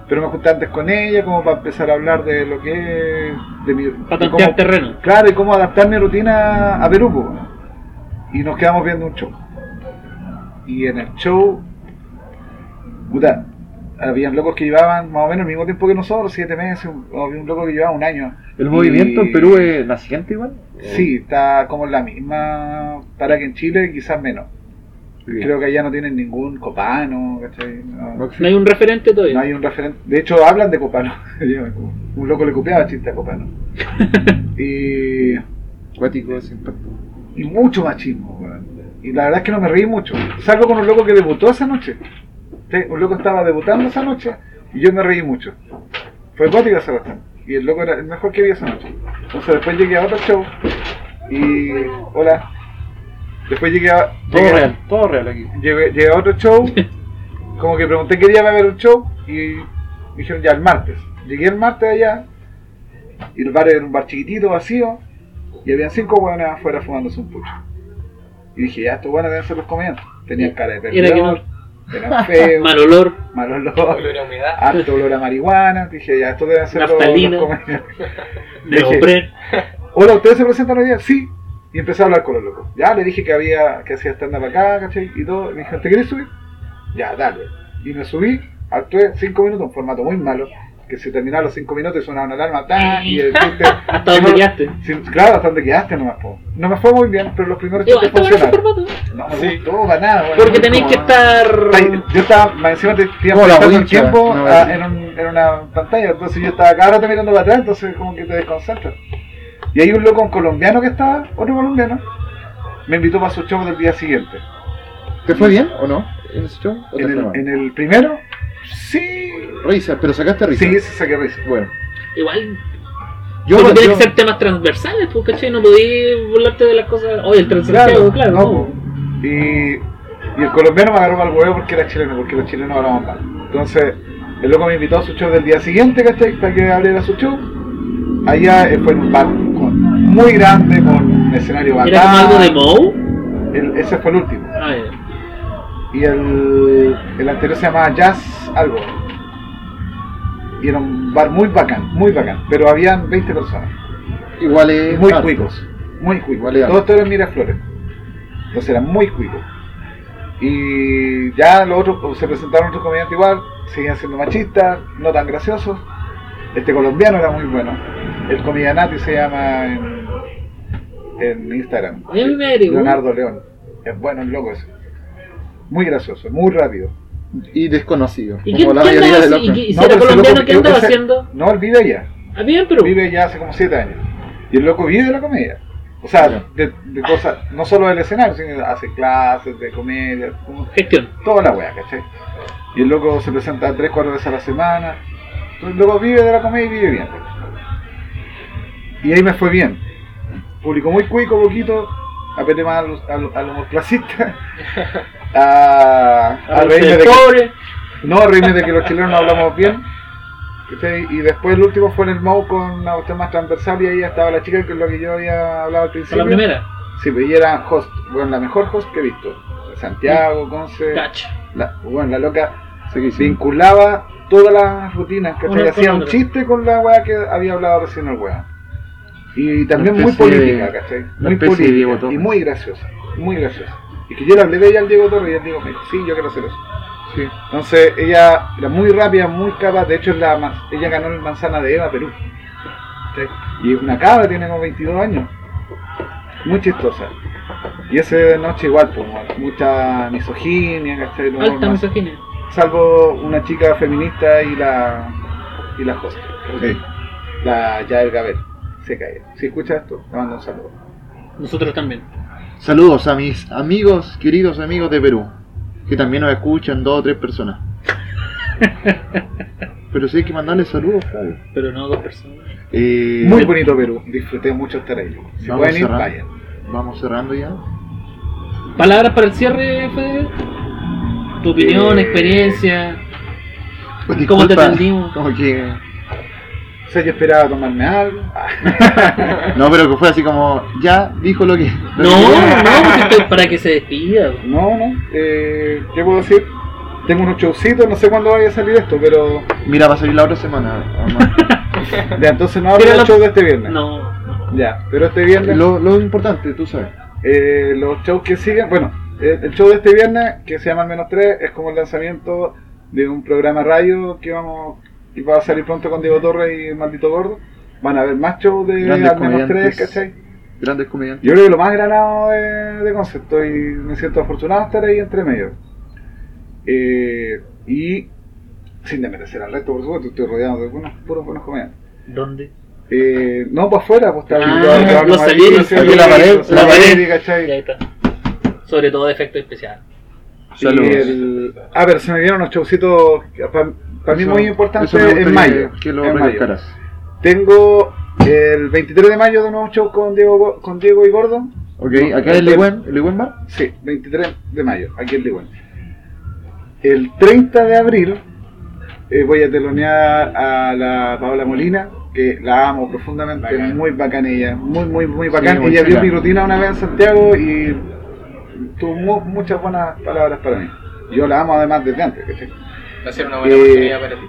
[SPEAKER 3] Pero me junté antes con ella, como para empezar a hablar de lo que es. De mi,
[SPEAKER 1] Para
[SPEAKER 3] de
[SPEAKER 1] tantear
[SPEAKER 3] cómo-
[SPEAKER 1] terreno.
[SPEAKER 3] Claro, y cómo adaptar mi rutina a Perú, pues, ¿no? Y nos quedamos viendo un show. Y en el show, puta, habían locos que llevaban más o menos el mismo tiempo que nosotros, siete meses, un- había un loco que llevaba un año.
[SPEAKER 2] ¿El movimiento
[SPEAKER 3] Y-
[SPEAKER 2] en Perú es naciente igual?
[SPEAKER 3] Sí, está como en la misma para que en Chile, quizás menos. Creo que allá no tienen ningún copano, ¿cachai? No,
[SPEAKER 2] No
[SPEAKER 1] No hay un referente
[SPEAKER 3] no
[SPEAKER 1] todavía.
[SPEAKER 3] hay un referente. De hecho, hablan de copano. Yo, un loco le copiaba chiste a copano. y,
[SPEAKER 2] Acuático, ese impacto.
[SPEAKER 3] y mucho machismo, weón. Y la verdad es que no me reí mucho. Salvo con un loco que debutó esa noche. Sí, Un loco estaba debutando esa noche y yo me reí mucho. Fue gótica esa cuestión. Y el loco era el mejor que vi esa noche. Entonces después llegué a otro show y... Hola. Después llegué a...
[SPEAKER 2] Todo
[SPEAKER 3] llegué a-
[SPEAKER 2] real, todo real aquí.
[SPEAKER 3] llegué, llegué a otro show, como que pregunté qué día va a haber un show y me dijeron ya el martes. Llegué el martes allá y el bar era un bar chiquitito, vacío, y habían cinco hueones afuera fumándose un pucho. Y dije, ya estos hueones deben ser los comediantes. Tenían cara de
[SPEAKER 1] Era que
[SPEAKER 3] perdedor, eran feos,
[SPEAKER 1] Mal olor.
[SPEAKER 3] mal
[SPEAKER 4] Olor
[SPEAKER 3] olor,
[SPEAKER 4] a humedad.
[SPEAKER 3] harto olor a marihuana. Dije, ya estos deben ser los,
[SPEAKER 1] Naftalina.
[SPEAKER 3] los comediantes.
[SPEAKER 1] De
[SPEAKER 3] Dejé.
[SPEAKER 1] hombre.
[SPEAKER 3] Hola, ¿ustedes se presentan hoy día? Sí. Y empecé a hablar con los locos. Ya le dije que había que hacía stand-up acá, ¿cachai? Y todo. Y me dijeron, ¿te querés subir? Ya, dale. Y me subí, actué cinco minutos, un formato muy malo, que se terminaba los cinco minutos y sonaba una alarma, ¡tá! y el chiste...
[SPEAKER 1] Hasta donde
[SPEAKER 3] no-
[SPEAKER 1] quedaste.
[SPEAKER 3] si- claro, hasta donde quedaste nomás, po. No me fue muy bien, pero los primeros
[SPEAKER 1] Digo, está
[SPEAKER 3] chistes
[SPEAKER 1] bueno ese
[SPEAKER 3] funcionaron.
[SPEAKER 1] formato.
[SPEAKER 3] No,
[SPEAKER 4] Sí.
[SPEAKER 3] sí. todo para nada, bueno,
[SPEAKER 1] Porque tenéis
[SPEAKER 3] como-
[SPEAKER 1] que estar.
[SPEAKER 3] Está- Yo estaba, más encima te iba
[SPEAKER 2] Como la
[SPEAKER 3] pasando el
[SPEAKER 2] wincha,
[SPEAKER 3] tiempo
[SPEAKER 2] no,
[SPEAKER 3] ah,
[SPEAKER 2] es-
[SPEAKER 3] en, un- en una pantalla, entonces yo estaba cada rato mirando para atrás, entonces como que te desconcentras. Y hay un loco un colombiano que estaba, otro colombiano, me invitó para su show del día siguiente.
[SPEAKER 2] ¿Te fue bien o no? ¿En ese show? ¿O te
[SPEAKER 3] En
[SPEAKER 2] fue
[SPEAKER 3] el,
[SPEAKER 2] mal?
[SPEAKER 3] en el primero, sí,
[SPEAKER 2] Risa, pero sacaste risa.
[SPEAKER 3] sí, se saqué risa.
[SPEAKER 2] Bueno.
[SPEAKER 1] Igual.
[SPEAKER 2] Yo,
[SPEAKER 1] porque tienen
[SPEAKER 2] yo-
[SPEAKER 1] que ser temas transversales, pues, ¿cachai? No podí burlarte de las cosas. Oye, el Transantiago, claro.
[SPEAKER 3] no,
[SPEAKER 1] no.
[SPEAKER 3] po. y, y el colombiano me agarró mal huevo porque era chileno, porque los chilenos hablaban mal. Entonces, el loco me invitó a su show del día siguiente, ¿cachai? Para que abriera su show. Allá eh, fue en un bar con- muy grande, con un escenario pues, bacán.
[SPEAKER 1] Era como algo de Moe.
[SPEAKER 3] El- ese fue el último.
[SPEAKER 1] Ah, ya.
[SPEAKER 3] Y el, el anterior se llamaba Jazz Algo. Y era un bar muy bacán, muy bacán. Pero habían 20 personas.
[SPEAKER 2] Igual es.
[SPEAKER 3] Muy
[SPEAKER 2] harto.
[SPEAKER 3] cuicos, muy cuicos.
[SPEAKER 2] Igual es
[SPEAKER 3] Todo
[SPEAKER 2] harto.
[SPEAKER 3] esto era en Miraflores. Entonces eran muy cuicos. Y ya los otros pues, se presentaron otros comediantes igual, seguían siendo machistas, no tan graciosos. Este colombiano era muy bueno. El comedianati se llama en, en Instagram.
[SPEAKER 1] Mira, mira, mira, igual.
[SPEAKER 3] Leonardo León. Es bueno el loco ese. Muy gracioso, muy rápido.
[SPEAKER 2] Y desconocido.
[SPEAKER 1] ¿Y
[SPEAKER 2] como
[SPEAKER 1] quién-
[SPEAKER 2] la
[SPEAKER 1] quién
[SPEAKER 2] mayoría
[SPEAKER 1] andaba
[SPEAKER 2] de los.
[SPEAKER 1] así? ¿Y qué- y-
[SPEAKER 2] que-
[SPEAKER 1] si era
[SPEAKER 3] pero ese
[SPEAKER 1] colombiano,
[SPEAKER 3] loco-
[SPEAKER 1] ¿qué andaba
[SPEAKER 3] ese-
[SPEAKER 1] haciendo?
[SPEAKER 3] No, él vive allá.
[SPEAKER 1] Ah, bien, pero.
[SPEAKER 3] Vive ya hace como 7 años. Y el loco vive de la comedia. O sea, de, de cosas, no solo del escenario, sino hace clases de comedia, como
[SPEAKER 1] Gestión.
[SPEAKER 3] toda la wea, ¿cachai? Y el loco se presenta 3, 4 veces a la semana. Entonces el loco vive de la comedia y vive bien. Y ahí me fue bien. Publicó muy cuico, poquito, apeté más al, al, al humor clasista, a, a
[SPEAKER 1] A
[SPEAKER 3] reírme
[SPEAKER 1] veces
[SPEAKER 3] de que-
[SPEAKER 1] pobre.
[SPEAKER 3] no, reírme de que los chilenos no hablamos bien. ¿cachai? Y después el último fue en el MOU con una cuestión más transversal y ahí estaba la chica que es lo que yo había hablado al
[SPEAKER 1] A la
[SPEAKER 3] principio.
[SPEAKER 1] primera.
[SPEAKER 3] Sí, pero ella era host, bueno, la mejor host que he visto. Santiago, Conce,
[SPEAKER 1] Cacha.
[SPEAKER 3] la, bueno, la loca
[SPEAKER 2] Seguísimo.
[SPEAKER 3] vinculaba todas las rutinas, ¿cachai?
[SPEAKER 1] Una con
[SPEAKER 3] hacía un
[SPEAKER 1] otra.
[SPEAKER 3] chiste con la weá que había hablado recién el weá. Y también
[SPEAKER 2] Una
[SPEAKER 3] muy
[SPEAKER 2] especie de-
[SPEAKER 3] política, ¿cachai?
[SPEAKER 2] una
[SPEAKER 3] Muy
[SPEAKER 2] especie de Diego
[SPEAKER 3] política.
[SPEAKER 2] Torres.
[SPEAKER 3] Y muy graciosa, muy graciosa. Y que yo le hablé de ella al Diego Torres y él dijo, me dijo, sí, yo quiero hacer eso.
[SPEAKER 2] Sí.
[SPEAKER 3] Entonces ella era muy rápida, muy capaz, de hecho es la más, ella ganó el Manzana de Eva Perú. ¿Sí? Y es una cabra, tiene como 22 años. Muy chistosa. Y esa noche igual, pues, bueno, mucha misoginia, ¿cachai? Un humor
[SPEAKER 1] Alta
[SPEAKER 3] más-
[SPEAKER 1] misoginia.
[SPEAKER 3] salvo una chica feminista y la y la host, la Yael Gabel, se cae. Si escucha esto, te mando un saludo.
[SPEAKER 1] Nosotros también.
[SPEAKER 2] Saludos a mis amigos, queridos amigos de Perú, que también nos escuchan dos o tres personas. Pero sí hay que mandarles saludos, Flavio.
[SPEAKER 1] Pero no dos personas.
[SPEAKER 2] Eh,
[SPEAKER 3] Muy bonito Perú, disfruté mucho estar ahí. Si
[SPEAKER 2] Vamos
[SPEAKER 3] pueden ir,
[SPEAKER 2] cerrando.
[SPEAKER 3] vayan.
[SPEAKER 2] Vamos cerrando ya.
[SPEAKER 1] Palabras para el cierre, Fede. Tu opinión,
[SPEAKER 3] Eh,
[SPEAKER 1] experiencia.
[SPEAKER 2] Pues,
[SPEAKER 1] ¿Cómo te
[SPEAKER 2] disculpa,
[SPEAKER 1] atendimos?
[SPEAKER 2] Como que...
[SPEAKER 3] O sea, yo esperaba tomarme algo. Ah,
[SPEAKER 2] No, pero que fue así como, ya dijo lo que...
[SPEAKER 1] No, no, pues esto es para que se despida.
[SPEAKER 3] No, no, eh, ¿qué puedo decir? Tengo unos showcitos, no sé cuándo vaya a salir esto, pero
[SPEAKER 2] Mira, va a salir la otra semana. además.
[SPEAKER 3] ya, entonces no hablo
[SPEAKER 1] Pero
[SPEAKER 3] del
[SPEAKER 1] lo-
[SPEAKER 3] show de este viernes.
[SPEAKER 1] No.
[SPEAKER 3] Ya, pero este viernes
[SPEAKER 2] lo, lo importante, tú sabes.
[SPEAKER 3] Eh, los shows que siguen, bueno, eh, el show de este viernes, que se llama Al menos 3, es como el lanzamiento de un programa radio que vamos que va a salir pronto con Diego Torres y el Maldito Gordo. Van a haber más shows de
[SPEAKER 2] Grandes
[SPEAKER 3] al menos tres,
[SPEAKER 2] comediantes.
[SPEAKER 3] ¿cachai?
[SPEAKER 2] Grandes comediantes.
[SPEAKER 3] Yo creo que lo más granado de, de concepto y me siento afortunado de estar ahí entre medio. Eh, y sin desmerecer al resto, por supuesto, estoy rodeado de buenos, puros buenos comediantes.
[SPEAKER 1] ¿Dónde?
[SPEAKER 3] Eh, no, para afuera, pues está
[SPEAKER 1] Ah,
[SPEAKER 3] habitual, que hablo
[SPEAKER 1] los
[SPEAKER 3] Madrid,
[SPEAKER 1] Salieri,
[SPEAKER 3] no sé,
[SPEAKER 2] aquí la pared,
[SPEAKER 3] los
[SPEAKER 2] la
[SPEAKER 3] Salieri,
[SPEAKER 2] pared.
[SPEAKER 3] ¿cachai?
[SPEAKER 1] Y ahí está. Sobre todo de efecto especial.
[SPEAKER 3] Y
[SPEAKER 2] Saludos.
[SPEAKER 3] el- ah, pero se me dieron unos showcitos para mí
[SPEAKER 2] Eso-
[SPEAKER 3] muy
[SPEAKER 2] eso
[SPEAKER 3] importantes
[SPEAKER 2] me
[SPEAKER 3] en
[SPEAKER 2] gustaría
[SPEAKER 3] mayo.
[SPEAKER 2] Que lo
[SPEAKER 3] en mayo.
[SPEAKER 2] recalcaras.
[SPEAKER 3] Tengo el 23 de mayo de nuevo show con Diego, con Diego y Gordon.
[SPEAKER 2] Ok,
[SPEAKER 3] No, este-
[SPEAKER 2] acá es
[SPEAKER 3] el-
[SPEAKER 2] Lewen, Lewen Bar.
[SPEAKER 3] Sí, 23 de mayo, aquí en Ligüen. El 30 de abril eh, voy a telonear a la Paola Molina, que la amo profundamente,
[SPEAKER 4] Bacán.
[SPEAKER 3] muy bacán ella, muy, muy, muy bacán.
[SPEAKER 2] muy
[SPEAKER 3] ella vio
[SPEAKER 2] chula.
[SPEAKER 3] mi rutina una vez en Santiago y tuvo mu- muchas buenas palabras para mí. Yo la amo además desde antes, ¿cachai?
[SPEAKER 4] Va a ser una buena
[SPEAKER 3] Eh,
[SPEAKER 4] oportunidad para ti.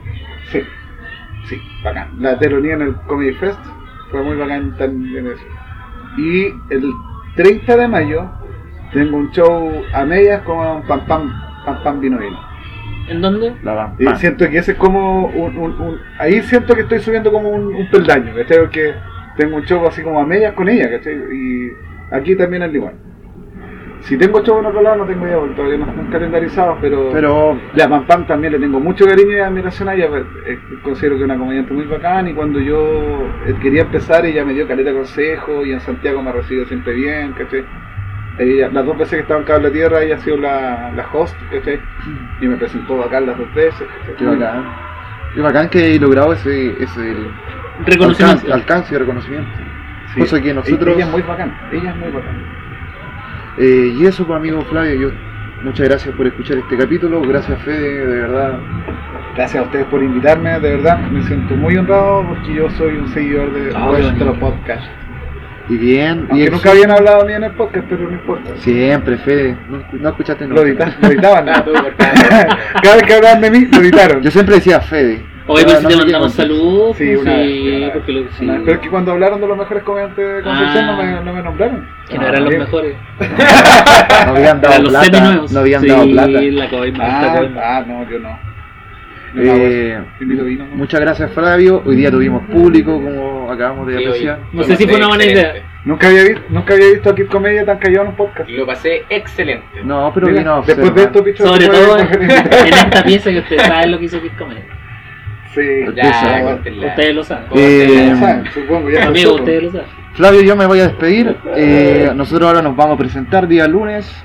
[SPEAKER 3] Sí, sí, bacán. La teloneé en el Comedy Fest, fue muy bacán también eso. Y el 30 de mayo tengo un show a medias con Pam Pam, Pam Pam Vino Vino.
[SPEAKER 1] ¿En dónde?
[SPEAKER 2] La van.
[SPEAKER 3] Y siento que ese es como un, un- un- Ahí siento que estoy subiendo como un, un peldaño, ¿cachai? Porque tengo un show así como a medias con ella, ¿cachai? Y aquí también al igual. Si tengo show en otro lado, no tengo idea, porque todavía no están calendarizados,
[SPEAKER 2] Pero
[SPEAKER 3] la Pam Pam también le tengo mucho cariño y admiración a ella, pero, eh, considero que es una comediante muy bacán y cuando yo eh, quería empezar ella me dio caleta de consejo y en Santiago me ha recibido siempre bien, ¿cachai? Ella- las dos veces que estaba en Cable Tierra ella ha sido la, la host, ¿cachai? Y me presentó bacán las dos veces, ¿cachai?
[SPEAKER 2] qué bacán. Qué bacán que he logrado ese, ese el
[SPEAKER 1] Reconocimiento.
[SPEAKER 2] alcance, alcance y reconocimiento.
[SPEAKER 3] Sí.
[SPEAKER 2] Cosa que nosotros.
[SPEAKER 3] Ella es muy bacán, ella es muy bacán.
[SPEAKER 2] Eh, y eso, pues, amigo Flavio, yo, muchas gracias por escuchar este capítulo. Gracias, Fede, de verdad.
[SPEAKER 3] Gracias a ustedes por invitarme, de verdad, me siento muy honrado porque yo soy un seguidor de
[SPEAKER 1] Ah,
[SPEAKER 3] vuestro
[SPEAKER 1] bueno.
[SPEAKER 3] podcast.
[SPEAKER 2] Y bien,
[SPEAKER 3] Aunque
[SPEAKER 2] bien.
[SPEAKER 3] nunca habían hablado bien en el podcast, pero no importa.
[SPEAKER 2] Siempre, Fede. No, escu- no escuchaste
[SPEAKER 3] Lo,
[SPEAKER 2] nunca.
[SPEAKER 3] edita- lo editaban.
[SPEAKER 4] Ah, tú, por favor.
[SPEAKER 3] Cada vez que hablaban de mí, lo editaron.
[SPEAKER 2] Yo siempre decía Fede.
[SPEAKER 1] Hoy pero
[SPEAKER 2] Pero
[SPEAKER 1] pues, si
[SPEAKER 2] no
[SPEAKER 1] te
[SPEAKER 2] me
[SPEAKER 1] mandamos
[SPEAKER 2] quedo.
[SPEAKER 1] saludos.
[SPEAKER 3] Sí, una vez,
[SPEAKER 1] sí,
[SPEAKER 3] una vez.
[SPEAKER 1] porque lo- sí.
[SPEAKER 3] Una- Pero es que cuando hablaron de los mejores comediantes de Concepción
[SPEAKER 1] Ah.
[SPEAKER 3] no, me, no me nombraron. Ah,
[SPEAKER 1] que no eran los
[SPEAKER 3] bien.
[SPEAKER 1] mejores.
[SPEAKER 2] No habían
[SPEAKER 1] Eran
[SPEAKER 2] dado
[SPEAKER 1] los
[SPEAKER 2] plata.
[SPEAKER 1] semi-nuevos.
[SPEAKER 2] No habían
[SPEAKER 1] sí,
[SPEAKER 2] dado plata.
[SPEAKER 1] la coima, esta
[SPEAKER 3] Ah,
[SPEAKER 1] coima.
[SPEAKER 3] ah, no, yo no. Yo no hago eso.
[SPEAKER 2] Eh,
[SPEAKER 3] Invito vino, ¿no?
[SPEAKER 2] muchas gracias, Flavio. Hoy día tuvimos público, como acabamos de
[SPEAKER 4] Sí, oye,
[SPEAKER 2] apreciar.
[SPEAKER 1] No sé si fue una buena idea.
[SPEAKER 4] excelente.
[SPEAKER 3] Nunca había visto, nunca había visto a Kid Comedia tan callado en un podcast.
[SPEAKER 4] Lo pasé excelente.
[SPEAKER 2] No, pero
[SPEAKER 3] Mira,
[SPEAKER 2] vino
[SPEAKER 3] después de esto, picho.
[SPEAKER 1] Sobre
[SPEAKER 3] se
[SPEAKER 1] todo
[SPEAKER 3] puede-
[SPEAKER 1] en, en esta pieza que ustedes saben lo que hizo Kid Comedia.
[SPEAKER 3] Sí,
[SPEAKER 2] Ya,
[SPEAKER 4] Ya,
[SPEAKER 2] bueno,
[SPEAKER 4] córtenla.
[SPEAKER 1] Ustedes lo saben.
[SPEAKER 2] Eh,
[SPEAKER 3] ya saben, supongo, ya
[SPEAKER 1] Amigos,
[SPEAKER 3] nosotros.
[SPEAKER 1] ustedes lo saben.
[SPEAKER 2] Flavio, yo me voy a despedir. Eh, nosotros ahora nos vamos a presentar día lunes.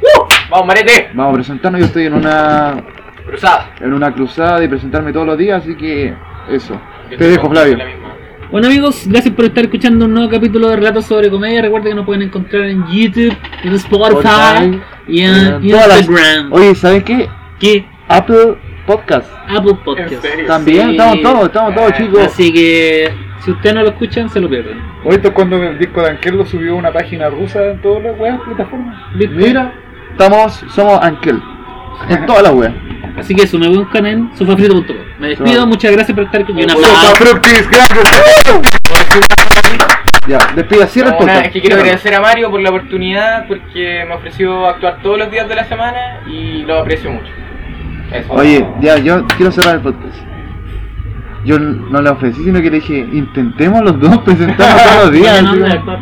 [SPEAKER 4] Vamos, Marete.
[SPEAKER 2] Vamos a presentarnos. Yo estoy en una
[SPEAKER 4] Cruzada.
[SPEAKER 2] en una cruzada de presentarme todos los días, así que eso.
[SPEAKER 4] Yo
[SPEAKER 2] Te
[SPEAKER 4] estoy
[SPEAKER 2] dejo,
[SPEAKER 4] con
[SPEAKER 2] Flavio.
[SPEAKER 4] la misma.
[SPEAKER 1] Bueno amigos, gracias por estar escuchando un nuevo capítulo de Relatos sobre Comedia. Recuerden que nos pueden encontrar en YouTube, en Spotify
[SPEAKER 2] Spotify,
[SPEAKER 1] y en,
[SPEAKER 2] Eh,
[SPEAKER 1] y en
[SPEAKER 2] todas las-
[SPEAKER 1] Instagram.
[SPEAKER 2] Oye, ¿sabes qué?
[SPEAKER 1] ¿Qué?
[SPEAKER 2] Apple Podcast.
[SPEAKER 1] Apple
[SPEAKER 4] En
[SPEAKER 1] Podcast.
[SPEAKER 4] serio.
[SPEAKER 2] También,
[SPEAKER 1] Sí.
[SPEAKER 2] estamos todos, estamos todos,
[SPEAKER 4] Ah,
[SPEAKER 2] chicos.
[SPEAKER 1] Así que si ustedes no lo escuchan, se lo pierden.
[SPEAKER 3] Oye, esto es cuando el disco de Anquel lo subió a una página rusa en todas las weas plataformas.
[SPEAKER 1] ¿Viste?
[SPEAKER 2] Mira, estamos, somos Ankel. En todas las weas.
[SPEAKER 1] Así que eso, me buscan en sofafrito.com. Me despido,
[SPEAKER 2] Chao.
[SPEAKER 1] muchas gracias por estar escuchando. Y un
[SPEAKER 3] Sopa
[SPEAKER 1] aplauso.
[SPEAKER 3] Fructis, gracias.
[SPEAKER 2] Ya, despida, cierra el
[SPEAKER 4] No, nada,
[SPEAKER 2] podcast.
[SPEAKER 4] es que quiero
[SPEAKER 2] Cierra.
[SPEAKER 4] agradecer a Mario por la oportunidad porque me ofreció actuar todos los días de la semana y lo aprecio mucho. Eso.
[SPEAKER 2] Oye, ya, yo quiero cerrar el podcast. Yo no le ofrecí, sino que le dije, intentemos los dos presentarnos todos los días.
[SPEAKER 1] Bueno,
[SPEAKER 2] así
[SPEAKER 1] no,
[SPEAKER 2] como-
[SPEAKER 1] mejor.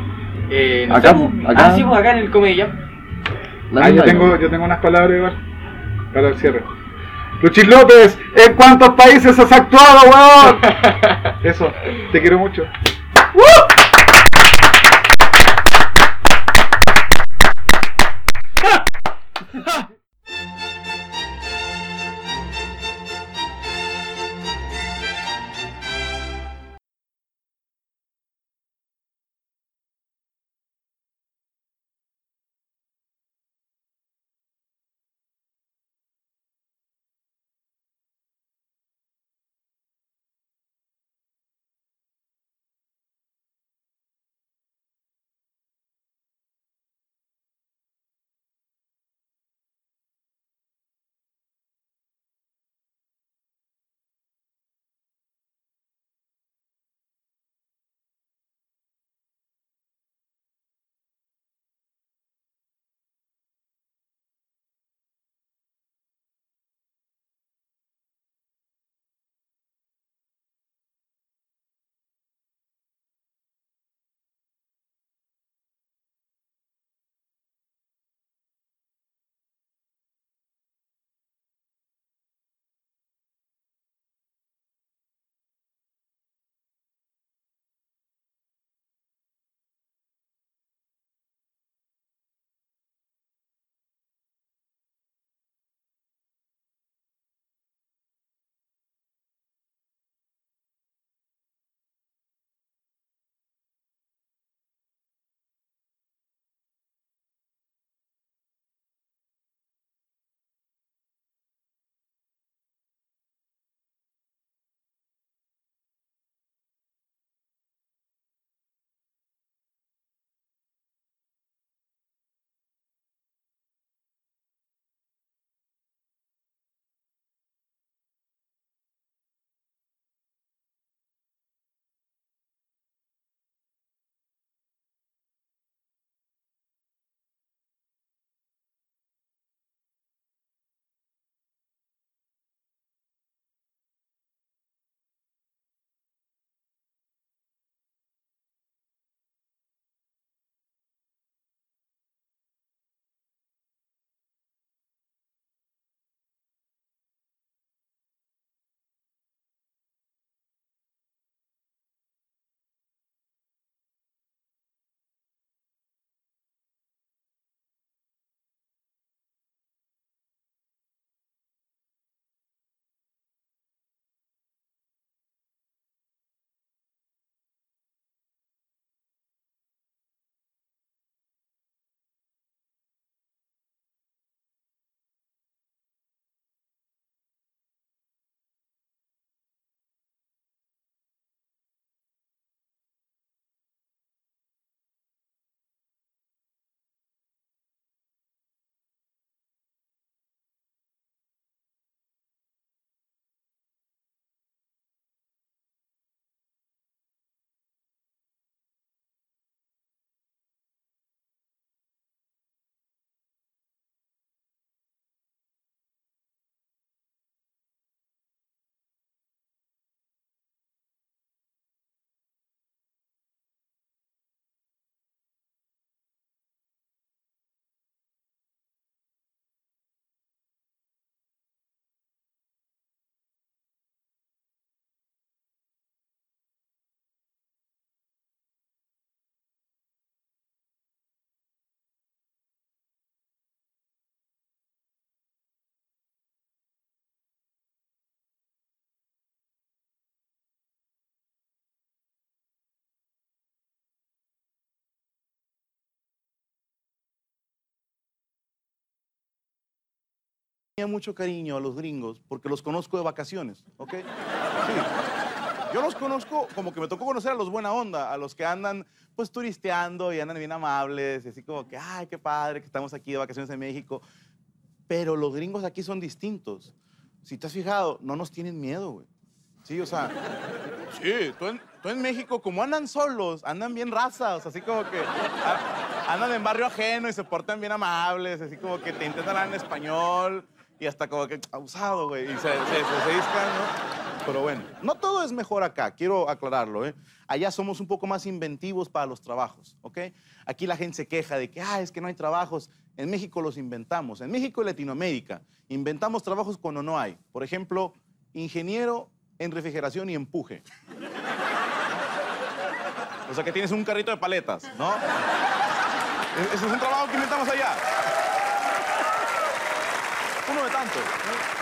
[SPEAKER 4] Eh, no
[SPEAKER 2] acá,
[SPEAKER 4] sé,
[SPEAKER 2] acá.
[SPEAKER 4] Ah, sí, pues acá en el Comedy Jam.
[SPEAKER 2] La
[SPEAKER 3] Ah, yo
[SPEAKER 2] misma
[SPEAKER 3] tengo,
[SPEAKER 2] idea.
[SPEAKER 3] yo tengo unas palabras igual para el cierre. Luchis López, ¿en cuántos países has actuado, weón? Eso, te quiero mucho.
[SPEAKER 5] tenía mucho cariño a los gringos porque los conozco de vacaciones, ¿ok? Sí. Yo los conozco como que me tocó conocer a los buena onda, a los que andan pues turisteando y andan bien amables, y así como que, ay, qué padre que estamos aquí de vacaciones en México. Pero los gringos aquí son distintos. Si te has fijado, no nos tienen miedo, güey. Sí, o sea, sí, tú en, tú en México, como andan solos, andan bien razas, así como que ah, a- andan en barrio ajeno y se portan bien amables, así como que te intentan hablar en español y hasta como que abusado, güey, y se, se, se, se discan, ¿no? Pero bueno, no todo es mejor acá, quiero aclararlo, ¿eh? Allá somos un poco más inventivos para los trabajos, ¿ok? Aquí la gente se queja de que, ah, es que no hay trabajos. En México los inventamos. En México y Latinoamérica inventamos trabajos cuando no hay. Por ejemplo, ingeniero en refrigeración y empuje. O sea que tienes un carrito de paletas, ¿no? E- Ese es un trabajo que inventamos allá. Uno de tantos. ¿no?